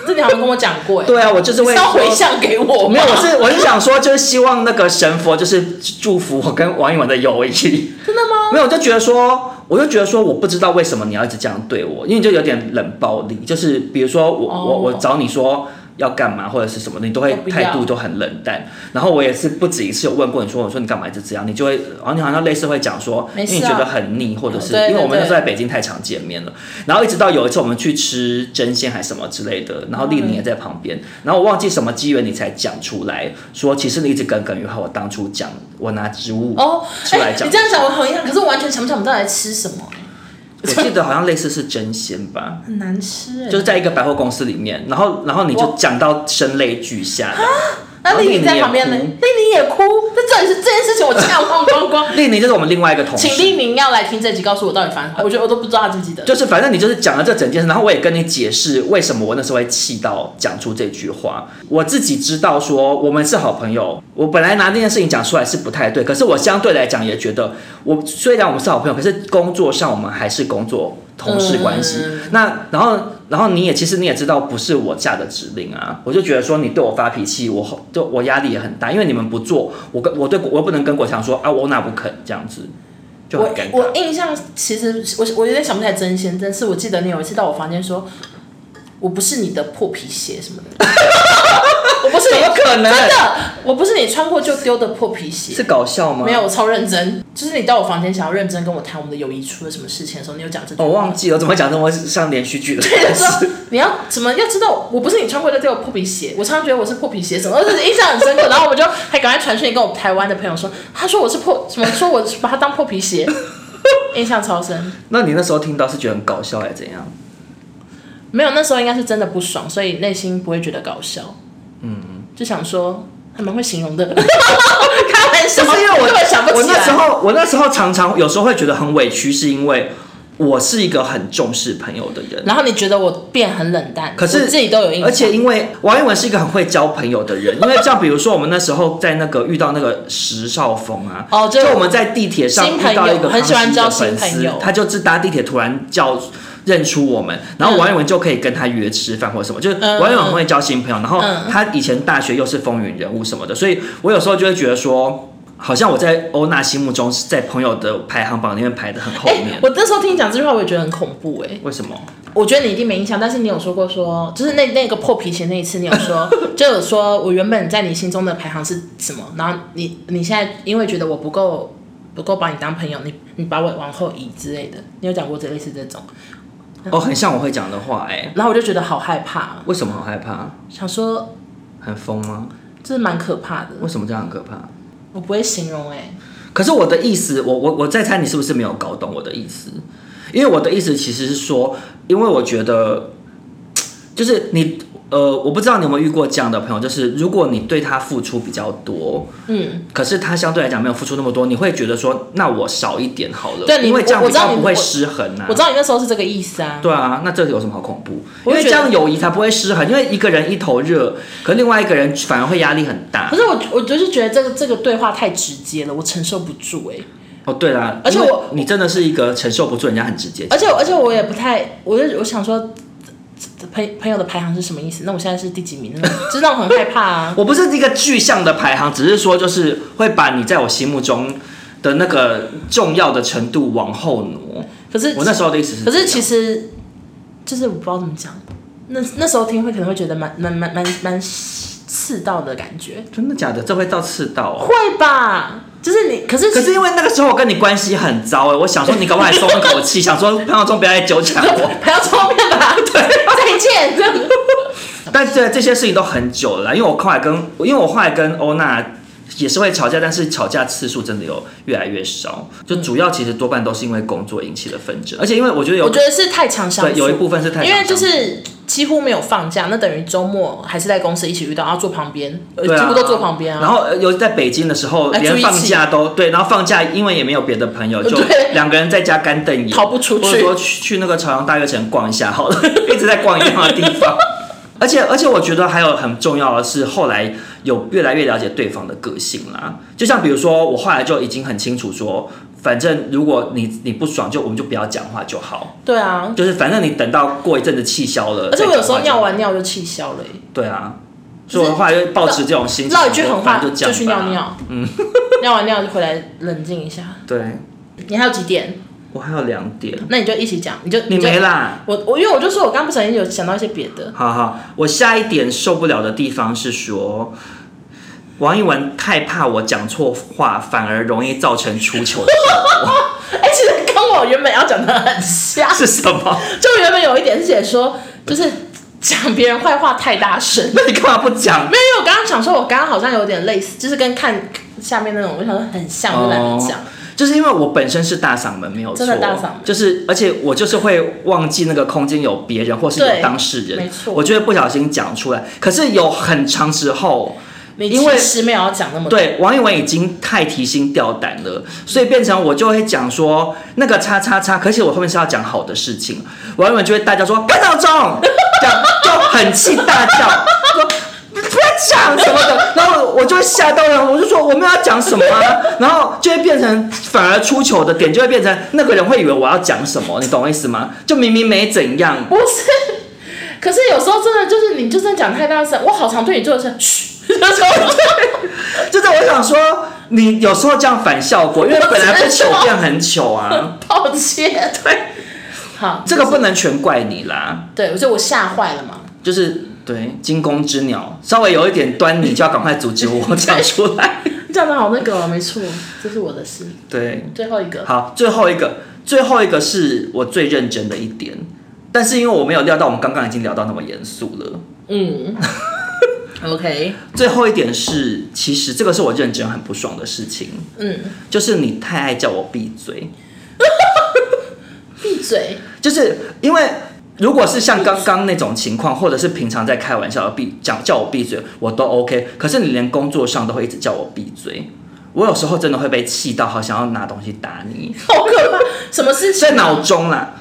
Speaker 3: 这你好像跟我讲过、欸。
Speaker 2: 对啊，我就是
Speaker 3: 你
Speaker 2: 会
Speaker 3: 是 要
Speaker 2: 说
Speaker 3: 回向给我吗
Speaker 2: 没有，我是我是想说，就是希望那个神佛就是祝福我跟王一文的友谊。 真的吗？没有，我就觉得说，我就觉得说，我不知道为什么你要一直这样对我，因为你就有点冷暴力。就是比如说我、
Speaker 3: 哦
Speaker 2: 我我找你说，要干嘛或者是什么，你都会
Speaker 3: 都不要
Speaker 2: 态度都很冷淡。然后我也是不止一次有问过你说，我说你干嘛一直这样，你就会，然后你好像类似会讲说，因
Speaker 3: 没
Speaker 2: 为
Speaker 3: 事啊
Speaker 2: 你觉得很腻，或者是
Speaker 3: 对对
Speaker 2: 因为我们那时候在
Speaker 3: 对
Speaker 2: 北京太常见面了。然后一直到有一次我们去吃针线还是什么之类的，然后丽玲
Speaker 3: 嗯
Speaker 2: 也在旁边，然后我忘记什么机缘你才讲出来说，其实你一直耿耿于怀，我当初讲我拿植物
Speaker 3: 哦，
Speaker 2: 出
Speaker 3: 哎、
Speaker 2: 来讲
Speaker 3: 你这，样讲我好印象，可是我完全想不起来我们到底在吃什么，
Speaker 2: 我记得好像类似是针线吧。
Speaker 3: 很难吃哎、
Speaker 2: 就是在一个百货公司里面，然后然后你就讲到声泪俱下的。
Speaker 3: 那丽
Speaker 2: 然后
Speaker 3: 玲在旁边呢，
Speaker 2: 也
Speaker 3: 丽
Speaker 2: 哭
Speaker 3: 玲也哭，那这里是这件事情我吓忘光光。
Speaker 2: 丽宁就是我们另外一个同事
Speaker 3: 请，丽玲要来听这集，告诉我到底发生什么，我觉得我都不知道她记不记得。
Speaker 2: 就是反正你就是讲了这整件事，然后我也跟你解释为什么我那时候会气到讲出这句话。我自己知道说我们是好朋友，我本来拿那件事情讲出来是不太对，可是我相对来讲也觉得我虽然我们是好朋友，可是工作上我们还是工作同事关系。
Speaker 3: 嗯
Speaker 2: 那然后然后你也其实你也知道不是我下的指令啊，我就觉得说你对我发脾气，我后就我压力也很大，因为你们不做，我跟我对我又不能跟国强说啊我哪不肯这样子，就很
Speaker 3: 我
Speaker 2: 尴
Speaker 3: 我
Speaker 2: 尬。
Speaker 3: 印象其实我我有点想不起来真仙，但是我记得你有一次到我房间说，我不是你的破皮鞋什么 的，我不是
Speaker 2: 怎
Speaker 3: 你
Speaker 2: 么可能？
Speaker 3: 真的，我不是你穿过就丢的破皮鞋
Speaker 2: 是。搞笑吗？
Speaker 3: 没有，我超认真。就是你到我房间想要认真跟我谈我们的友谊出了什么事情的时候，你有讲这句话。
Speaker 2: 我哦忘记了，怎么讲这么像连续 剧的
Speaker 3: 对，
Speaker 2: 开
Speaker 3: 就说
Speaker 2: 始？
Speaker 3: 你要怎么要知道，我不是你穿过就对我破皮鞋，我常常觉得我是破皮鞋什么，我就是印象很深刻。然后我就还赶快传讯跟我台湾的朋友说，他说我是破什么，说我把它当破皮鞋， 印象超深。
Speaker 2: 那你那时候听到是觉得很搞笑还是怎样？
Speaker 3: 没有，那时候应该是真的不爽，所以内心不会觉得搞笑。嗯，就想说还蛮会形容 的，开玩笑，
Speaker 2: 就是因为我
Speaker 3: 根本想不起来。
Speaker 2: 我那时候我那时候常常有时候会觉得很委屈，是因为我是一个很重视朋友的人。
Speaker 3: 然后你觉得我变很冷淡，
Speaker 2: 可是
Speaker 3: 我自己都有印象，
Speaker 2: 而且因为王一文是一个很会交朋友的人， 因为像比如说我们那时候在那个遇到那个石少峰啊，
Speaker 3: 哦
Speaker 2: 就
Speaker 3: 就
Speaker 2: 我们在地铁上
Speaker 3: 新
Speaker 2: 遇
Speaker 3: 朋友
Speaker 2: 到一个
Speaker 3: 很喜
Speaker 2: 康
Speaker 3: 欢
Speaker 2: 熙的
Speaker 3: 交新
Speaker 2: 粉丝
Speaker 3: 朋友
Speaker 2: 他就自搭地铁突然叫。认出我们，然后王一文就可以跟他约吃饭或什么，就是
Speaker 3: 嗯
Speaker 2: 王一文很会交新朋友，然后
Speaker 3: 嗯
Speaker 2: 他以前大学又是风云人物什么的，所以我有时候就会觉得说，好像我在欧娜心目中是在朋友的排行榜里面排的很后
Speaker 3: 哎、
Speaker 2: 面，
Speaker 3: 我那时候听你讲这句话，我也觉得很恐怖哎、
Speaker 2: 为什么？
Speaker 3: 我觉得你一定没印象，但是你有说过说，就是那那个破皮鞋那一次，你 有说就有说我原本在你心中的排行是什么，然后你你现在因为觉得我不够不够把你当朋友，你你把我往后移之类的，你有讲过这类似这种，
Speaker 2: 哦，很像我会讲的话、哎，
Speaker 3: 然后我就觉得好害怕啊，
Speaker 2: 为什么好害怕？
Speaker 3: 想说
Speaker 2: 很疯吗？
Speaker 3: 这是蛮可怕的，
Speaker 2: 为什么这样很可怕？
Speaker 3: 我不会形容哎、
Speaker 2: 可是我的意思，我我我在猜你是不是没有搞懂我的意思？因为我的意思其实是说，因为我觉得，就是你呃，我不知道你有没有遇过这样的朋友，就是如果你对他付出比较多，
Speaker 3: 嗯，
Speaker 2: 可是他相对来讲没有付出那么多，你会觉得说，那我少一点好了，
Speaker 3: 对你
Speaker 2: 因为这样
Speaker 3: 我
Speaker 2: 比
Speaker 3: 我知道
Speaker 2: 较
Speaker 3: 你
Speaker 2: 不会
Speaker 3: 我
Speaker 2: 失衡啊
Speaker 3: 我。知道你那时候是这个意思啊，
Speaker 2: 对啊，那这有什么好恐怖？因
Speaker 3: 我
Speaker 2: 为
Speaker 3: 就
Speaker 2: 这
Speaker 3: 觉得
Speaker 2: 样友谊才不会失衡，因为一个人一头热，可另外一个人反而会压力很大
Speaker 3: 可。是我我就是觉得这个这个对话太直接了，我承受不住哎、
Speaker 2: 哦，对啦，
Speaker 3: 而且
Speaker 2: 因为
Speaker 3: 我
Speaker 2: 你真的是一个承受不住人家很直接，
Speaker 3: 而且而且我也不太，我就我想说，这朋朋友的排行是什么意思？那我现在是第几名？ 那种就是那种很害怕啊。
Speaker 2: 我不是一个具象的排行，只是说就是会把你在我心目中的那个重要的程度往后挪。
Speaker 3: 可是
Speaker 2: 我那时候的意思是这
Speaker 3: 可
Speaker 2: 样，
Speaker 3: 是其实就是我不知道怎么讲，那那时候听会可能会觉得蛮蛮蛮蛮蛮刺到的感觉，
Speaker 2: 真的假的，这会到刺到哦。
Speaker 3: 会吧？就是你，可 是
Speaker 2: 可是因为那个时候我跟你关系很糟哎、我想说你搞不好还松一口 气，想说朋友中不要再纠缠我。
Speaker 3: 还要冲面 吧？对，再见。这样
Speaker 2: 但这这些事情都很久了啦，因为我后来跟因为我后来跟欧娜也是会吵架，但是吵架次数真的有越来越少，就主要其实多半都是因为工作引起的纷争，而且因为我觉得有
Speaker 3: 我觉得是太强相
Speaker 2: 对
Speaker 3: 处，
Speaker 2: 有一部分是太
Speaker 3: 因为
Speaker 2: 常
Speaker 3: 就
Speaker 2: 相处
Speaker 3: 是几乎没有放假，那等于周末还是在公司一起遇到，然后坐旁边，呃
Speaker 2: 对啊
Speaker 3: 几乎都坐旁边啊。
Speaker 2: 然后呃尤其在北京的时候，
Speaker 3: 哎
Speaker 2: 连
Speaker 3: 住一
Speaker 2: 放
Speaker 3: 起
Speaker 2: 假都对，然后放假因为也没有别的朋友，就
Speaker 3: 对
Speaker 2: 两个人在家干瞪眼，
Speaker 3: 逃不出去
Speaker 2: 或者说去去那个朝阳大悦城逛一下好了， 一直在逛一样的地方。 而且而且，我觉得还有很重要的是，后来有越来越了解对方的个性啦。就像比如说，我后来就已经很清楚说，反正如果你你不爽，就我们就不要讲话就好。
Speaker 3: 对啊，
Speaker 2: 就是反正你等到过一阵子气消了，
Speaker 3: 而且我有时候
Speaker 2: 再讲
Speaker 3: 尿
Speaker 2: 话就好
Speaker 3: 完尿就气消了、欸，
Speaker 2: 对啊，所以我后来就抱持这种心情，
Speaker 3: 唠一句狠话
Speaker 2: 反正就啊这样吧
Speaker 3: 去 尿。尿，嗯，尿完尿就回来冷静一下。
Speaker 2: 对，
Speaker 3: 你还有几点？
Speaker 2: 我还有两点，
Speaker 3: 那你就一起讲，你就
Speaker 2: 你
Speaker 3: 就
Speaker 2: 没啦。
Speaker 3: 我我因为我就说我刚不小心有想到一些别的，
Speaker 2: 好好，我下一点受不了的地方是说，王一文太怕我讲错话，反而容易造成出糗的后果
Speaker 3: 哎、其实跟我原本要讲的很 像，
Speaker 2: 是什么？
Speaker 3: 就原本有一点是写说，就是讲别人坏话太大声。
Speaker 2: 那你干嘛不讲？
Speaker 3: 没有，因为我刚刚想说，我刚刚好像有点类似，就是跟看下面那种，我想说很像，我就懒
Speaker 2: 哦
Speaker 3: 得讲。
Speaker 2: 就是因为我本身是大嗓门，没有错，
Speaker 3: 真的大嗓门
Speaker 2: 就是而且我就是会忘记那个空间有别人或是
Speaker 3: 对
Speaker 2: 有当事人，
Speaker 3: 没错
Speaker 2: 我就会不小心讲出来。可是有很长时候，
Speaker 3: 你
Speaker 2: 因为
Speaker 3: 其实没有要讲那么多，
Speaker 2: 对王一文已经太提心吊胆了，所以变成我就会讲说那个叉叉叉，可是我后面是要讲好的事情，王一文就会大叫说干闹钟，这样就很气大叫说。不要讲什么的，然后我就会吓到了，我就说我们要讲什么啊，然后就会变成反而出糗的点，就会变成那个人会以为我要讲什么，你懂我意思吗？就明明没怎样，
Speaker 3: 不是。 可是有时候真的就是你就算讲太大声，我好常对你做的是嘘， 就是
Speaker 2: 就是我想说你有时候这样反效果，因为本来不糗变很糗啊。
Speaker 3: 抱歉。 对，好，
Speaker 2: 这个不能全怪你啦，
Speaker 3: 对，所以我吓坏了嘛。
Speaker 2: 就是对惊弓之鸟，稍微有一点端倪就要赶快阻止我讲出来。
Speaker 3: 你讲的好那个、哦，没错，这是我的事。
Speaker 2: 对，
Speaker 3: 最后一个，
Speaker 2: 好，最后一个，最后一个是我最认真的一点，但是因为我没有料到我们刚刚已经聊到那么严肃了。
Speaker 3: 嗯，OK，
Speaker 2: 最后一点是，其实这个是我认真很不爽的事情，
Speaker 3: 嗯，
Speaker 2: 就是你太爱叫我闭嘴，
Speaker 3: 闭嘴。
Speaker 2: 就是因为如果是像刚刚那种情况，或者是平常在开玩笑的闭讲叫我闭嘴，我都 OK。可是你连工作上都会一直叫我闭嘴，我有时候真的会被气到，好想要拿东西打你，
Speaker 3: 好可怕！什么事情啊？
Speaker 2: 在脑中啦。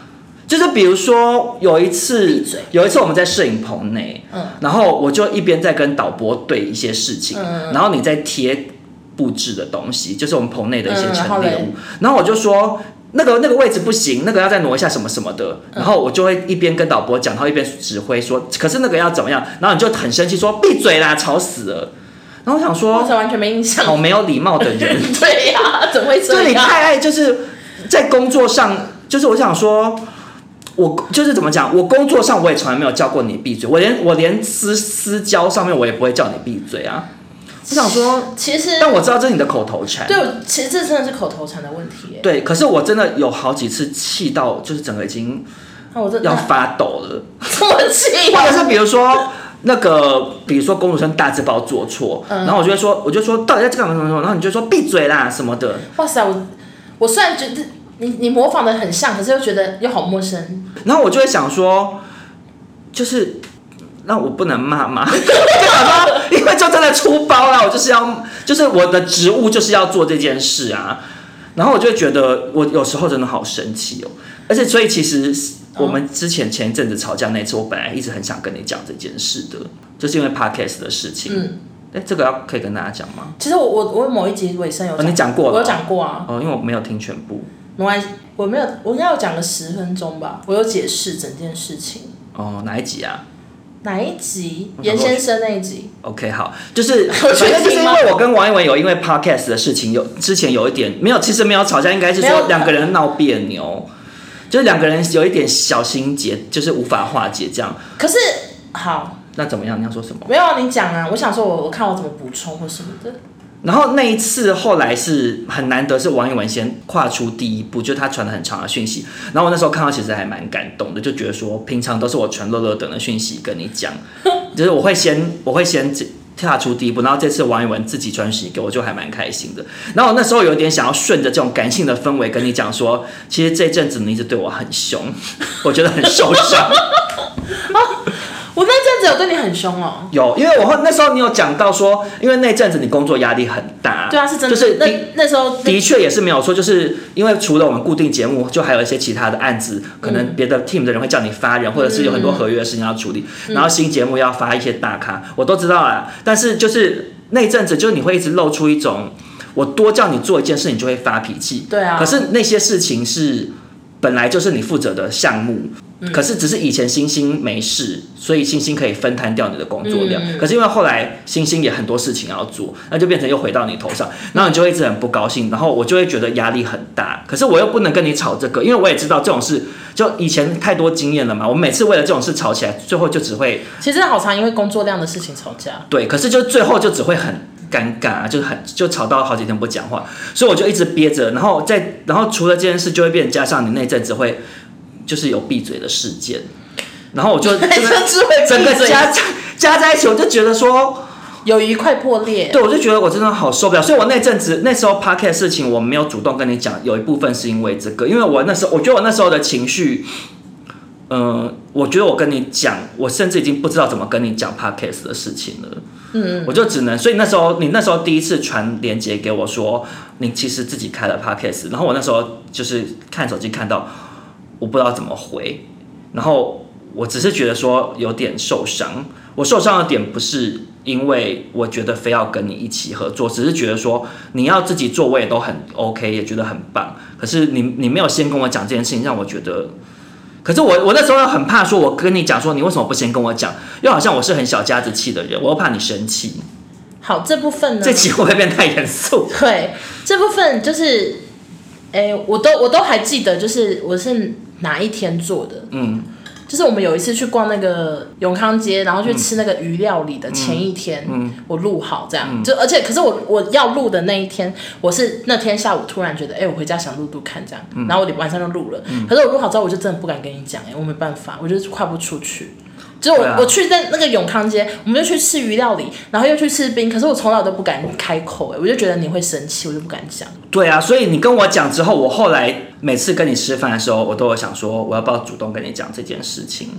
Speaker 2: 就是比如说有一次
Speaker 3: 闭嘴，
Speaker 2: 有一次我们在摄影棚内，
Speaker 3: 嗯
Speaker 2: 然后我就一边在跟导播对一些事情，
Speaker 3: 嗯
Speaker 2: 然后你在贴布置的东西，就是我们棚内的一些
Speaker 3: 嗯然
Speaker 2: 陈
Speaker 3: 后
Speaker 2: 列
Speaker 3: 嘞
Speaker 2: 物，然后我就说。那个那个位置不行，那个要再挪一下什么什么的，
Speaker 3: 嗯
Speaker 2: 然后我就会一边跟导播讲，然后一边指挥说，可是那个要怎么样，然后你就很生气说闭嘴啦，吵死了。然后我想
Speaker 3: 我
Speaker 2: 说，
Speaker 3: 才完全没印象。
Speaker 2: 好没有礼貌的人，
Speaker 3: 对呀、怎么会
Speaker 2: 就
Speaker 3: 这
Speaker 2: 你
Speaker 3: 样？
Speaker 2: 太爱就是在工作上，就是我想说，我就是怎么讲，我工作上我也从来没有叫过你闭嘴，我连我连私私交上面我也不会叫你闭嘴啊。我想说，
Speaker 3: 其实，
Speaker 2: 但我知道这是你的口头禅，
Speaker 3: 对，其实这真的是口头禅的问题耶。
Speaker 2: 对可是我真的有好几次气到，就是整个已经
Speaker 3: 那我真
Speaker 2: 要
Speaker 3: 的
Speaker 2: 发抖了。
Speaker 3: 这么气
Speaker 2: 或
Speaker 3: 啊，
Speaker 2: 者是比如说那个，比如说公主生大字报做错，
Speaker 3: 嗯
Speaker 2: 然后我就会说，我就说到底在干嘛什么什么，然后你就说闭嘴啦什么的，
Speaker 3: 哇塞，我我虽然觉得你你模仿的很像，可是又觉得又好陌生。
Speaker 2: 然后我就会想说，就是那我不能骂吗？ 就想说，因为就真的出包啦，我就是要，就是我的职务就是要做这件事啊。然后我就会觉得，我有时候真的好生气哦。而且，所以其实我们之前前一阵子吵架那一次，我本来一直很想跟你讲这件事的，就是因为 podcast 的事情。
Speaker 3: 嗯，
Speaker 2: 哎，这个要可以跟大家讲吗？
Speaker 3: 其实我我我某一集尾声有
Speaker 2: 哦，你讲过
Speaker 3: 我
Speaker 2: 了
Speaker 3: 有
Speaker 2: 哦。
Speaker 3: 讲过啊，
Speaker 2: 哦，因为我没有听全部。
Speaker 3: 没关系，我没有，我应该有讲个十分钟吧，我有解释整件事情。
Speaker 2: 哦，哪一集啊
Speaker 3: 哪一集？
Speaker 2: 我想
Speaker 3: 严
Speaker 2: 说
Speaker 3: 先生那一集。
Speaker 2: ？OK，好， 就是
Speaker 3: 我
Speaker 2: 反
Speaker 3: 确定
Speaker 2: 正就是因
Speaker 3: 吗
Speaker 2: 为我跟王一文有因为 podcast 的事情有之前有一点没有，其实没有吵架，应该是
Speaker 3: 没
Speaker 2: 说
Speaker 3: 有
Speaker 2: 两个人闹别扭，就是两个人有一点小心结，就是无法化解这样。
Speaker 3: 可是好，
Speaker 2: 那怎么样？你要说什么？
Speaker 3: 没有啊你讲啊，我想说我我看我怎么补充或什么的。
Speaker 2: 然后那一次后来是很难得，是王一文先跨出第一步，就他传了很长的讯息。然后我那时候看到其实还蛮感动的，就觉得说平常都是我传乐乐等的讯息跟你讲， 就是我会先我会先踏出第一步，然后这次王一文自己传讯息给我，就还蛮开心的。然后我那时候有点想要顺着这种感性的氛围跟你讲说，其实这阵子你一直对我很凶， 我觉得很受 伤。
Speaker 3: 我那阵子有对你很凶哦。
Speaker 2: 有，因为我后那时候你有讲到说，因为那阵子你工作压力很大，
Speaker 3: 对啊，是真
Speaker 2: 就
Speaker 3: 的。
Speaker 2: 是你
Speaker 3: 那那时候
Speaker 2: 的确也是没有错，就是因为除了我们固定节目，就还有一些其他的案子，可能别的 team 的人会叫你发人，或者是有很多合约的事情要处理，然后新节目要发一些大咖，我都知道啦。但是就是那一阵子，就是你会一直露出一种，我多叫你做一件事，你就会发脾气。
Speaker 3: 对啊
Speaker 2: 可是那些事情是本来就是你负责的项目，
Speaker 3: 嗯
Speaker 2: 可是只是以前星星没事，所以星星可以分摊掉你的工作量。
Speaker 3: 嗯
Speaker 2: 可是因为后来星星也很多事情要做，那就变成又回到你头上，然后你就会一直很不高兴，然后我就会觉得压力很大。可是我又不能跟你吵这个，因为我也知道这种事，就以前太多经验了嘛。我每次为了这种事吵起来，最后就只会
Speaker 3: 其实好常因为工作量的事情吵架，
Speaker 2: 对，可是就最后就只会很尴尬、啊，就是很就吵到好几天不讲话，所以我就一直憋着，然后再然后除了这件事，就会变成加上你那阵子会就是有闭嘴的事件，然后我就真
Speaker 3: 甚
Speaker 2: 的
Speaker 3: 至会
Speaker 2: 整个
Speaker 3: 闭嘴
Speaker 2: 加 加在一起，我就觉得说，
Speaker 3: 友谊快破裂。
Speaker 2: 对我就觉得我真的好受不了，所以我那阵子那时候 p o d c a s 事情我没有主动跟你讲，有一部分是因为这个，因为我那时候我觉得我那时候的情绪。嗯，我觉得我跟你讲，我甚至已经不知道怎么跟你讲 podcast 的事情了。我就只能，所以那时候你那时候第一次传链接给我说，你其实自己开了 podcast，然后我那时候就是看手机看到，我不知道怎么回，然后我只是觉得说有点受伤，我受伤的点不是因为我觉得非要跟你一起合作，只是觉得说你要自己做我也都很 OK，也觉得很棒，可是你你没有先跟我讲这件事情，让我觉得可是我我那时候很怕，说我跟你讲说你为什么不先跟我讲，又好像我是很小家子气的人，我又怕你生气。
Speaker 3: 好，这部分呢？
Speaker 2: 这期会不会变太严肃？
Speaker 3: 对，这部分就是，哎、我都我都还记得，就是我是哪一天做的，
Speaker 2: 嗯，
Speaker 3: 就是我们有一次去逛那个永康街，然后去吃那个鱼料理的前一天，
Speaker 2: 嗯
Speaker 3: 我录好这样，就而且可是我我要录的那一天，我是那天下午突然觉得，哎、我回家想录录看这样，
Speaker 2: 嗯
Speaker 3: 然后我晚上就录了，可是我录好之后，我就真的不敢跟你讲，哎，我没办法，我就是跨不出去。就是我、
Speaker 2: 对啊
Speaker 3: 我去在那个永康街，我们就去吃鱼料理，然后又去吃冰，可是我从来都不敢开口、哎，我就觉得你会生气，我就不敢讲。
Speaker 2: 对啊，所以你跟我讲之后，我后来每次跟你吃饭的时候，我都有想说，我要不要主动跟你讲这件事情？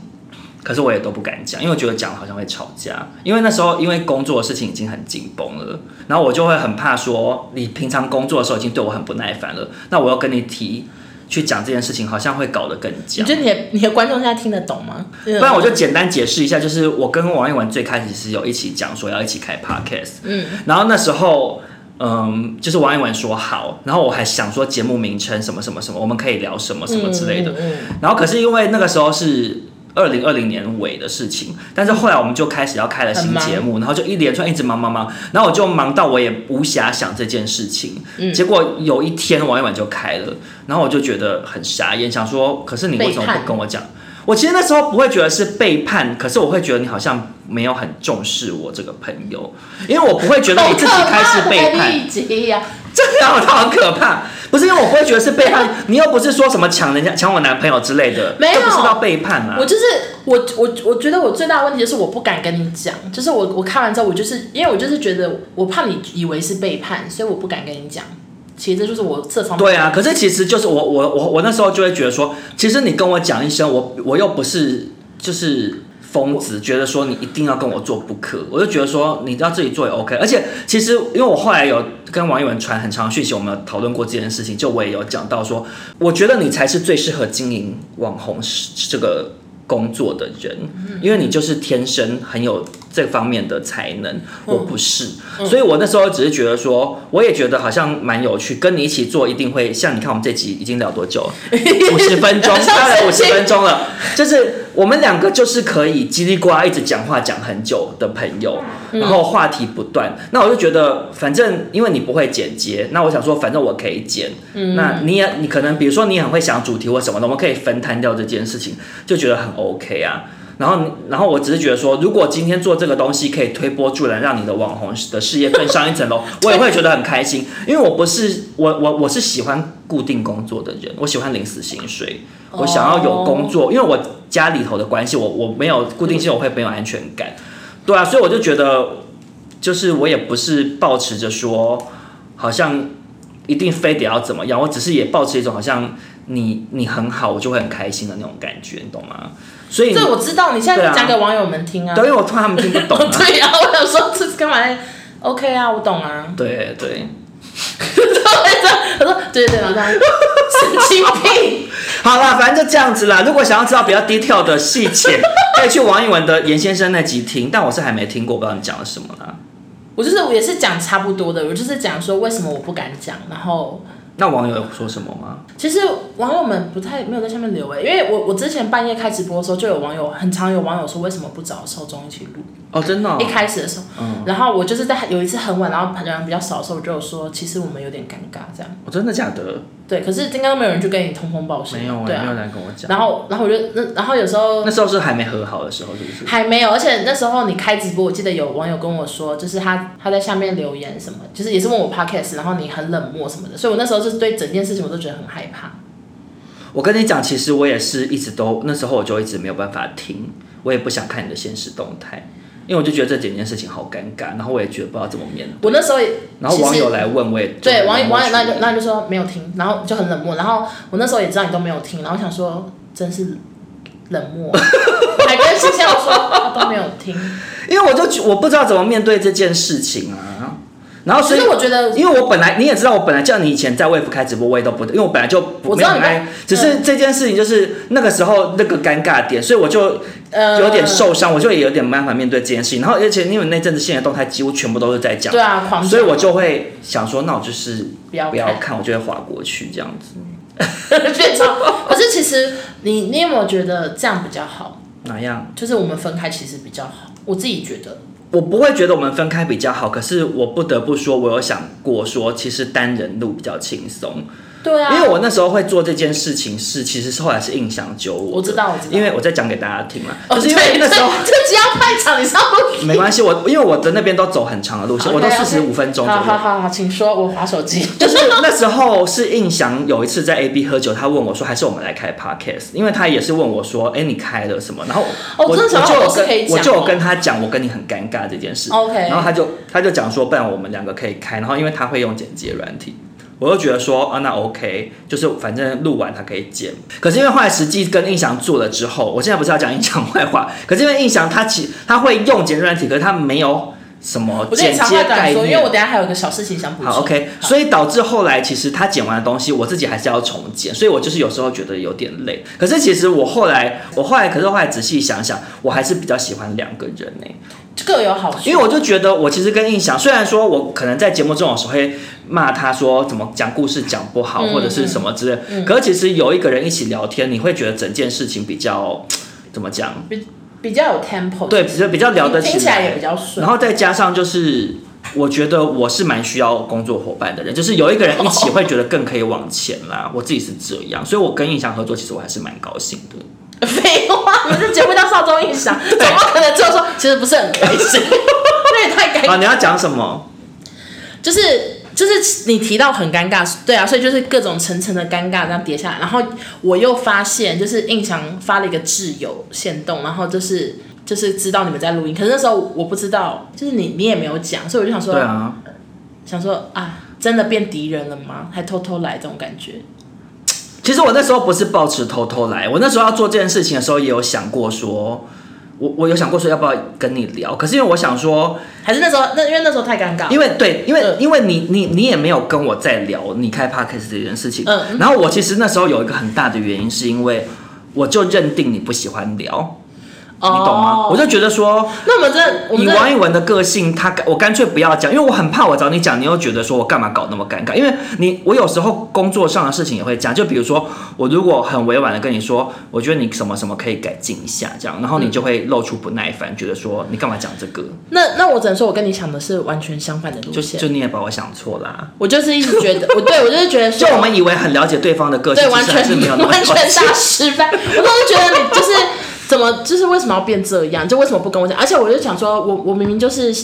Speaker 2: 可是我也都不敢讲，因为我觉得讲好像会吵架。因为那时候因为工作的事情已经很紧绷了，然后我就会很怕说，你平常工作的时候已经对我很不耐烦了，那我要跟你提去讲这件事情，好像会搞得更
Speaker 3: 你
Speaker 2: 僵。
Speaker 3: 觉得你的你的观众现在听得懂吗？不
Speaker 2: 啊不然我就简单解释一下，就是我跟王一文最开始是有一起讲说要一起开 podcast，嗯，然后那时候。嗯，就是王一文说好，然后我还想说节目名称什么什么什么，我们可以聊什么什么之类的。
Speaker 3: 嗯嗯
Speaker 2: 然后可是因为那个时候是二零二零年尾的事情，但是后来我们就开始要开了新节目，然后就一连串一直忙忙忙，然后我就忙到我也无暇想这件事情。
Speaker 3: 嗯
Speaker 2: 结果有一天王一文就开了，然后我就觉得很傻眼，想说可是你为什么
Speaker 3: 背叛
Speaker 2: 不跟我讲？我其实那时候不会觉得是背叛，可是我会觉得你好像没有很重视我这个朋友，因为我不会觉得你自己开 始背叛。
Speaker 3: 一集呀、
Speaker 2: 这个我好可怕，不是因为我不会觉得是背 叛，你又不是说什么抢人家抢我男朋友之类的，
Speaker 3: 没有
Speaker 2: 这不是到背叛啊
Speaker 3: 我。就是我我我觉得我最大的问题就是我不敢跟你讲，就是我我看完之后，我就是因为我就是觉得我怕你以为是背叛，所以我不敢跟你讲。其实这就是我这方面
Speaker 2: 对啊，可是其实就是我我我我那时候就会觉得说，其实你跟我讲一声，我我又不是就是疯子，觉得说你一定要跟我做不可，我就觉得说你要自己做也 OK。而且其实因为我后来有跟王一文传很长的讯息，我们有讨论过这件事情，就我也有讲到说，我觉得你才是最适合经营网红这个工作的人，因为你就是天生很有这方面的才能，我不是，所以我那时候只是觉得说，我也觉得好像蛮有趣，跟你一起做一定会像你看我们这集已经聊多久了，五十分钟，大概五十分钟了，就是我们两个就是可以叽里呱啦一直讲话讲很久的朋友，然后话题不断。那我就觉得，反正因为你不会剪接，那我想说，反正我可以剪。那你也你可能比如说你很会想主题或什么的，我们可以分摊掉这件事情，就觉得很 OK 啊。然后你，然后我只是觉得说，如果今天做这个东西可以推波助澜，让你的网红的事业更上一层楼，我也会觉得很开心。因为我不是我我我是喜欢固定工作的人，我喜欢领死薪水，我想要有工作，因为我家里头的关系，我我没有固定性，我会没有安全感。对啊，所以我就觉得，就是我也不是抱持着说，好像一定非得要怎么样，我只是也抱持一种好像你你很好，我就会很开心的那种感觉，你懂吗？所以你
Speaker 3: 这我知道，你现在讲给网友们听啊。
Speaker 2: 对，因为我怕他们听不懂啊。
Speaker 3: 对啊，我想说这是干嘛呢？OK 啊，我懂啊。
Speaker 2: 对对，
Speaker 3: 我说对对对，我懂啊 神经病。
Speaker 2: 好啦，反正就这样子啦。如果想要知道比较 detail 的细节， 可以去王一文的严先生那集听，但我是还没听过，我不知道你讲了什么啦。
Speaker 3: 我就是我也是讲差不多的，我就是讲说为什么我不敢讲，然后
Speaker 2: 那网友有说什么吗？
Speaker 3: 其实网友们不太没有在下面留哎、因为我我之前半夜开直播的时候，就有网友很常有网友说为什么不找受众一起录？
Speaker 2: 哦，真的、哦
Speaker 3: 一，开始的时候，
Speaker 2: 嗯
Speaker 3: 然后我就是在有一次很晚，然后人比较少的时候，我就有说其实我们有点尴尬这样。
Speaker 2: 哦真的假的？
Speaker 3: 对，可是刚刚没有人去跟你通风报信，
Speaker 2: 没有，欸
Speaker 3: 对
Speaker 2: 没有
Speaker 3: 啊。
Speaker 2: 人跟我讲。
Speaker 3: 然后然后我就那然后有时候
Speaker 2: 那时候是还没和好的时候，是不是？
Speaker 3: 还没有，而且那时候你开直播，我记得有网友跟我说，就是他他在下面留言什么，就是也是问我 podcast，然后你很冷漠什么的，所以我那时候就是对整件事情我都觉得很害怕。
Speaker 2: 我跟你讲，其实我也是一直都那时候我就一直没有办法听，我也不想看你的现实动态，因为我就觉得这整件事情好尴尬，然后我也觉得不知道怎么面对。
Speaker 3: 我那时候也
Speaker 2: 然后
Speaker 3: 其实
Speaker 2: 网友来问，我也就
Speaker 3: 对
Speaker 2: 没
Speaker 3: 网友
Speaker 2: 有
Speaker 3: 网友
Speaker 2: 去
Speaker 3: 那就那就说没有听，然后就很冷漠。然后我那时候也知道你都没有听，然后想说真是冷 漠，还跟新笑说他都没有听。
Speaker 2: 因为我就觉我不知道怎么面对这件事情啊。然后所
Speaker 3: 其
Speaker 2: 以
Speaker 3: 实我觉得
Speaker 2: 因为我本来你也知道，我本来叫你以前在 w e 开直播，我也都不，因为我本来就不
Speaker 3: 我
Speaker 2: 没
Speaker 3: 知
Speaker 2: 有
Speaker 3: 道
Speaker 2: 很
Speaker 3: 你嗯
Speaker 2: 爱
Speaker 3: 在，
Speaker 2: 只是这件事情就是那个时候那个尴尬点，所以我就
Speaker 3: 呃
Speaker 2: 有点受伤，我就也有点没办法面对这件事情。然后而且因为那阵子现在动态几乎全部都是在讲
Speaker 3: 对，啊，狂
Speaker 2: 所以我就会想说，那我就是
Speaker 3: 不要
Speaker 2: 不要
Speaker 3: 看
Speaker 2: 看，我就会划过去这样子。
Speaker 3: 变超。可是其实你你有没有觉得这样比较好？
Speaker 2: 哪样？
Speaker 3: 就是我们分开其实比较好，我自己觉得。
Speaker 2: 我不会觉得我们分开比较好，可是我不得不说，我有想过说，其实单人录比较轻松。
Speaker 3: 对啊，
Speaker 2: 因为我那时候会做这件事情是，其实是后来是印象揪我的。
Speaker 3: 我知道我知道
Speaker 2: 因为我在讲给大家听嘛，
Speaker 3: 哦
Speaker 2: 就是因为
Speaker 3: 对
Speaker 2: 那时候
Speaker 3: 对这只要太长，你知道不？
Speaker 2: 没关系，我因为我的那边都走很长的路线，我都
Speaker 3: OK，OK
Speaker 2: 四十五分钟左
Speaker 3: 好啊好
Speaker 2: 右。
Speaker 3: 好好，请说，我划手机。
Speaker 2: 就是那时候是印象有一次在 A B 喝酒，他问我说，还是我们来开 podcast，因为他也是问我说，哎、你开了什么？然后
Speaker 3: 哦
Speaker 2: 我、
Speaker 3: 真的
Speaker 2: 我
Speaker 3: 想
Speaker 2: 就
Speaker 3: 到
Speaker 2: 有
Speaker 3: 我是可以
Speaker 2: 跟
Speaker 3: 讲
Speaker 2: 我就有
Speaker 3: 哦
Speaker 2: 跟他讲，我跟你很尴尬这件事。
Speaker 3: OK
Speaker 2: 然后他就他就讲说，不然我们两个可以开，然后因为他会用剪辑软体，我就觉得说啊，那 OK，就是反正录完它可以剪。可是因为后来实际跟印翔做了之后，我现在不是要讲印翔坏话，可是因为印翔他其他会用剪辑软体，可是他没有什么
Speaker 3: 我觉
Speaker 2: 剪
Speaker 3: 得你长话
Speaker 2: 接概
Speaker 3: 短说，
Speaker 2: 念。
Speaker 3: 因为我等一下还有一个小事情想补充。
Speaker 2: 好，OK，所以导致后来其实他剪完的东西，我自己还是要重剪，所以我就是有时候觉得有点累。可是其实我后来，我后来，可是后来仔细想想，我还是比较喜欢两个人呢、
Speaker 3: 各有好处。
Speaker 2: 因为我就觉得我其实跟印象，虽然说我可能在节目中有时候会骂他说怎么讲故事讲不好、
Speaker 3: 嗯
Speaker 2: 或者是什么之类，
Speaker 3: 嗯
Speaker 2: 可是其实有一个人一起聊天，你会觉得整件事情比较怎么讲？
Speaker 3: 比较有 tempo，
Speaker 2: 对，比较比较聊得
Speaker 3: 听起来也比较顺
Speaker 2: 然。后再加上就是，我觉得我是蛮需要工作伙伴的人，就是有一个人一起会觉得更可以往前啦。我自己是这样，所以我跟印象合作，其实我还是蛮高兴的。
Speaker 3: 废话，你这节目叫少中印象，怎么可能最后说其实不是很开 心？那也太尴
Speaker 2: 啊，
Speaker 3: 尬。
Speaker 2: 你要讲什么？
Speaker 3: 就是就是你提到很尴尬，对啊，所以就是各种层层的尴尬这样叠下来。然后我又发现，就是印象发了一个挚友限动，然后就是。就是知道你们在录音，可是那时候我不知道，就是你你也没有讲，所以我就想说，
Speaker 2: 对啊，
Speaker 3: 想说啊，真的变敌人了吗？还偷偷来这种感觉，
Speaker 2: 其实我那时候不是抱持偷偷来，我那时候要做这件事情的时候，也有想过说，我我有想过说要不要跟你聊，可是因为我想说，
Speaker 3: 还是那时候那因为那时候太尴尬了，
Speaker 2: 因为对，因为、
Speaker 3: 嗯
Speaker 2: 因为你你你也没有跟我在聊你开 podcast 这件事情，
Speaker 3: 嗯
Speaker 2: 然后我其实那时候有一个很大的原因，是因为我就认定你不喜欢聊，
Speaker 3: 哦
Speaker 2: 你懂吗？我就觉得说。
Speaker 3: 那我们这我们
Speaker 2: 以
Speaker 3: 这
Speaker 2: 王一文的个性，他我干脆不要讲，因为我很怕我找你讲，你又觉得说我干嘛搞那么尴尬？因为你我有时候工作上的事情也会讲，就比如说我如果很委婉的跟你说，我觉得你什么什么可以改进一下，这样，然后你就会露出不耐烦，觉得说你干嘛讲这个？
Speaker 3: 那那我只能说，我跟你想的是完全相反的路
Speaker 2: 就
Speaker 3: 线。
Speaker 2: 就你也把我想错啦、
Speaker 3: 我就是一直觉得，我对我就是觉得
Speaker 2: 就
Speaker 3: 说，
Speaker 2: 我们以为很了解对方的个性，
Speaker 3: 对
Speaker 2: 其
Speaker 3: 完
Speaker 2: 实还
Speaker 3: 全
Speaker 2: 是没有那么
Speaker 3: 完全
Speaker 2: 了解
Speaker 3: 大失败。我都觉得你就是怎么就是为什么要变这样？就为什么不跟我讲？而且我就想说，我我明明就是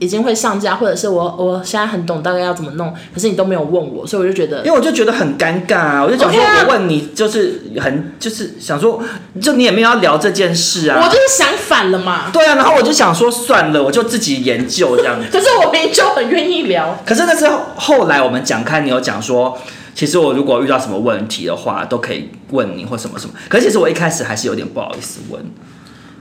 Speaker 3: 已经会上架，或者是我我现在很懂大概要怎么弄，可是你都没有问我，所以我就觉得
Speaker 2: 因为我就觉得很尴尬啊，我就想说，
Speaker 3: OK 啊
Speaker 2: 我问你就是很就是想说，就你也没有要聊这件事
Speaker 3: 我
Speaker 2: 啊
Speaker 3: 就，是想反了嘛。
Speaker 2: 对啊，然后我就想说算了，我就自己研究这样子。
Speaker 3: 可是我明明就很愿意聊，
Speaker 2: 可是那是后来我们讲开，你有讲说，其实我如果遇到什么问题的话，都可以问你或什么什么。可是其实我一开始还是有点不好意思问，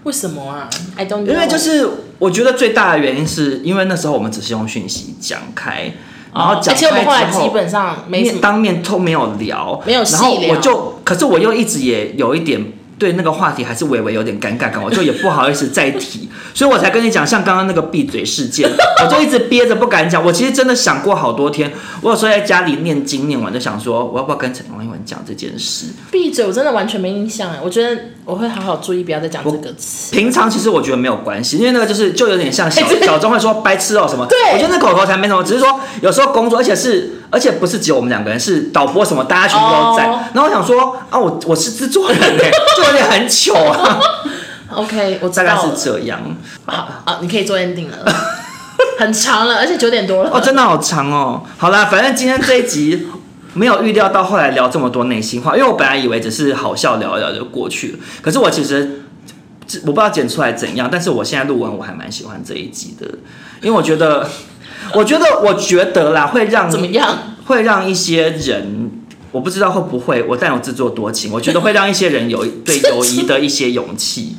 Speaker 3: 为什么啊？I don't know。
Speaker 2: 因为就是
Speaker 3: 嗯
Speaker 2: 我觉得最大的原因是因为那时候我们只是用讯息讲开，然后
Speaker 3: 而
Speaker 2: 讲开之
Speaker 3: 且
Speaker 2: 后，
Speaker 3: 我们后来基本上没什
Speaker 2: 面
Speaker 3: 么。
Speaker 2: 当面都没有聊，
Speaker 3: 没有细
Speaker 2: 然
Speaker 3: 聊
Speaker 2: 后我就，可是我又一直也有一点对那个话题还是微微有点尴尬感，我 就也不好意思再提，所以我才跟你讲，像刚刚那个闭嘴事 件，我就一直憋着不敢讲。我其实真的想过好多天，我有时候在家里念经念完，就想说我要不要跟陈王一文讲这件事。
Speaker 3: 闭嘴，我真的完全没印象哎，我觉得我会好好注意，不要再讲这个词。
Speaker 2: 平常其实我觉得没有关系，因为那个就是就有点像小
Speaker 3: 哎对
Speaker 2: 小钟会说白痴哦、什么，
Speaker 3: 对
Speaker 2: 我觉得那口头禅没什么，只是说有时候工作，而且是而且不是只有我们两个人，是导播什么大家全部都在。
Speaker 3: 哦
Speaker 2: 然后我想说啊，我我是制作人 哎，就有点很糗啊，
Speaker 3: OK，我知
Speaker 2: 大概
Speaker 3: 道
Speaker 2: 是
Speaker 3: 了。
Speaker 2: 这样。
Speaker 3: 好啊，你可以做 ending 了，很长了，而且九点多了。
Speaker 2: 哦，真的好长哦。好啦，反正今天这一集没有预料到后来聊这么多内心话，因为我本来以为只是好笑聊一聊就过去了，可是我其实这我不知道剪出来怎样，但是我现在录完我还蛮喜欢这一集的，因为我觉得， 我觉得，我觉得啦，会让
Speaker 3: 怎么样？
Speaker 2: 会让一些人。我不知道会不会，我但有自作多情，我觉得会让一些人有对友谊的一些勇 气，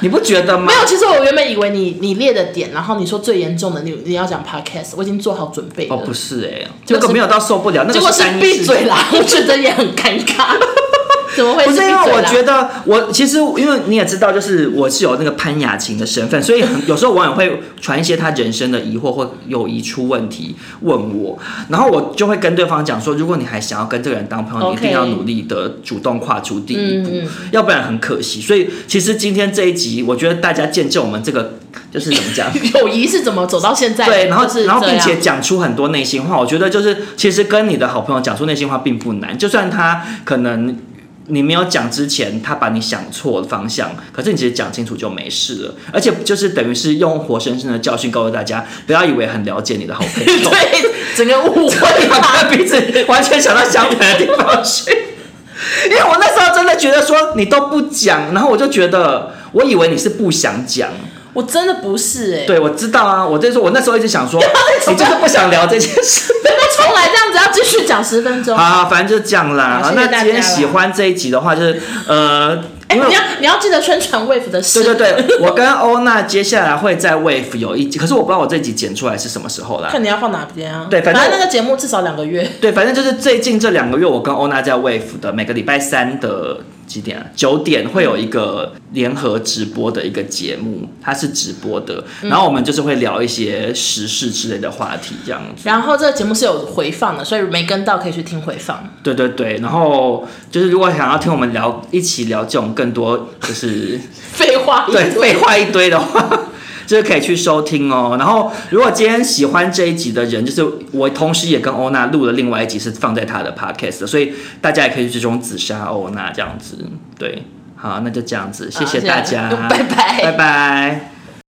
Speaker 2: 你不觉得吗？
Speaker 3: 没有，其实我原本以为你你列的点，然后你说最严重的，你你要讲 podcast，我已经做好准备了。
Speaker 2: 哦，不是哎、这
Speaker 3: 结果是
Speaker 2: 个没有到受不了，那
Speaker 3: 结
Speaker 2: 个
Speaker 3: 果
Speaker 2: 是
Speaker 3: 是
Speaker 2: 单一
Speaker 3: 闭
Speaker 2: 事
Speaker 3: 嘴
Speaker 2: 件
Speaker 3: 啦，我 觉得也很尴尬。怎么会
Speaker 2: 不
Speaker 3: 闭
Speaker 2: 是
Speaker 3: 嘴
Speaker 2: 因为
Speaker 3: 啦？
Speaker 2: 我觉得我其实因为你也知道，就是我是有那个潘雅琴的身份，所以很有时候网友会传一些他人生的疑惑或友谊出问题问我，然后我就会跟对方讲说，如果你还想要跟这个人当朋友，你一
Speaker 3: OK
Speaker 2: 定要努力的主动跨出第一步，
Speaker 3: 嗯嗯
Speaker 2: 要不然很可惜。所以其实今天这一集，我觉得大家见证我们这个就是怎么 讲。
Speaker 3: 友谊是怎么走到现在？
Speaker 2: 对，然后
Speaker 3: 就是
Speaker 2: 然后
Speaker 3: 这
Speaker 2: 并
Speaker 3: 样
Speaker 2: 且讲出很多内心话，我觉得就是其实跟你的好朋友讲出内心话并不难，就算他可能。你没有讲之前，他把你想错方向，可是你其实讲清楚就没事了，而且就是等于是用活生生的教训告诉大家，不要以为很了解你的好 朋友，
Speaker 3: 对整个误会
Speaker 2: 把他
Speaker 3: 吧。
Speaker 2: 的鼻子完全想到相反的地方去。 因为我那时候真的觉得说你都不讲，然后我就觉得我以为你是不想讲，
Speaker 3: 我真的不是哎、
Speaker 2: 对，我知道啊，我就说，我那时候一直想 说，你就是不想聊这件事。
Speaker 3: 那 重来这样子要继续讲十分钟。
Speaker 2: 好，反正就这样啦。
Speaker 3: 好
Speaker 2: 好，
Speaker 3: 谢谢
Speaker 2: 那
Speaker 3: 大
Speaker 2: 今天
Speaker 3: 家啦
Speaker 2: 喜欢这一集的话，就是呃，
Speaker 3: 哎、
Speaker 2: 因为
Speaker 3: 你要你要记得宣传 Wave 的事。
Speaker 2: 对对对，我跟欧娜接下来会在 Wave 有一集，可是我不知道我这集剪出来是什么时候啦。
Speaker 3: 看你要放哪边啊？
Speaker 2: 对反正
Speaker 3: 正那个节目至少两个月。
Speaker 2: 对，反正就是最近这两个月，我跟欧娜在 Wave 的每个礼拜三的几点啊？九点会有一个联合直播的一个节目，它是直播的，
Speaker 3: 嗯
Speaker 2: 然后我们就是会聊一些时事之类的话题，这样子。
Speaker 3: 然后这个节目是有回放的，所以没跟到可以去听回放。
Speaker 2: 对对对，然后就是如果想要听我们聊，一起聊这种更多就是
Speaker 3: 废话一堆
Speaker 2: 对废话一堆的话， 就是可以去收听哦。然后如果今天喜欢这一集的人，就是我同时也跟欧娜录了另外一集是放在她的 podcast，的所以大家也可以去追踪紫砂欧娜这样子。对，好，那就这样子，谢
Speaker 3: 好谢谢
Speaker 2: 大家，
Speaker 3: 拜拜
Speaker 2: 拜拜。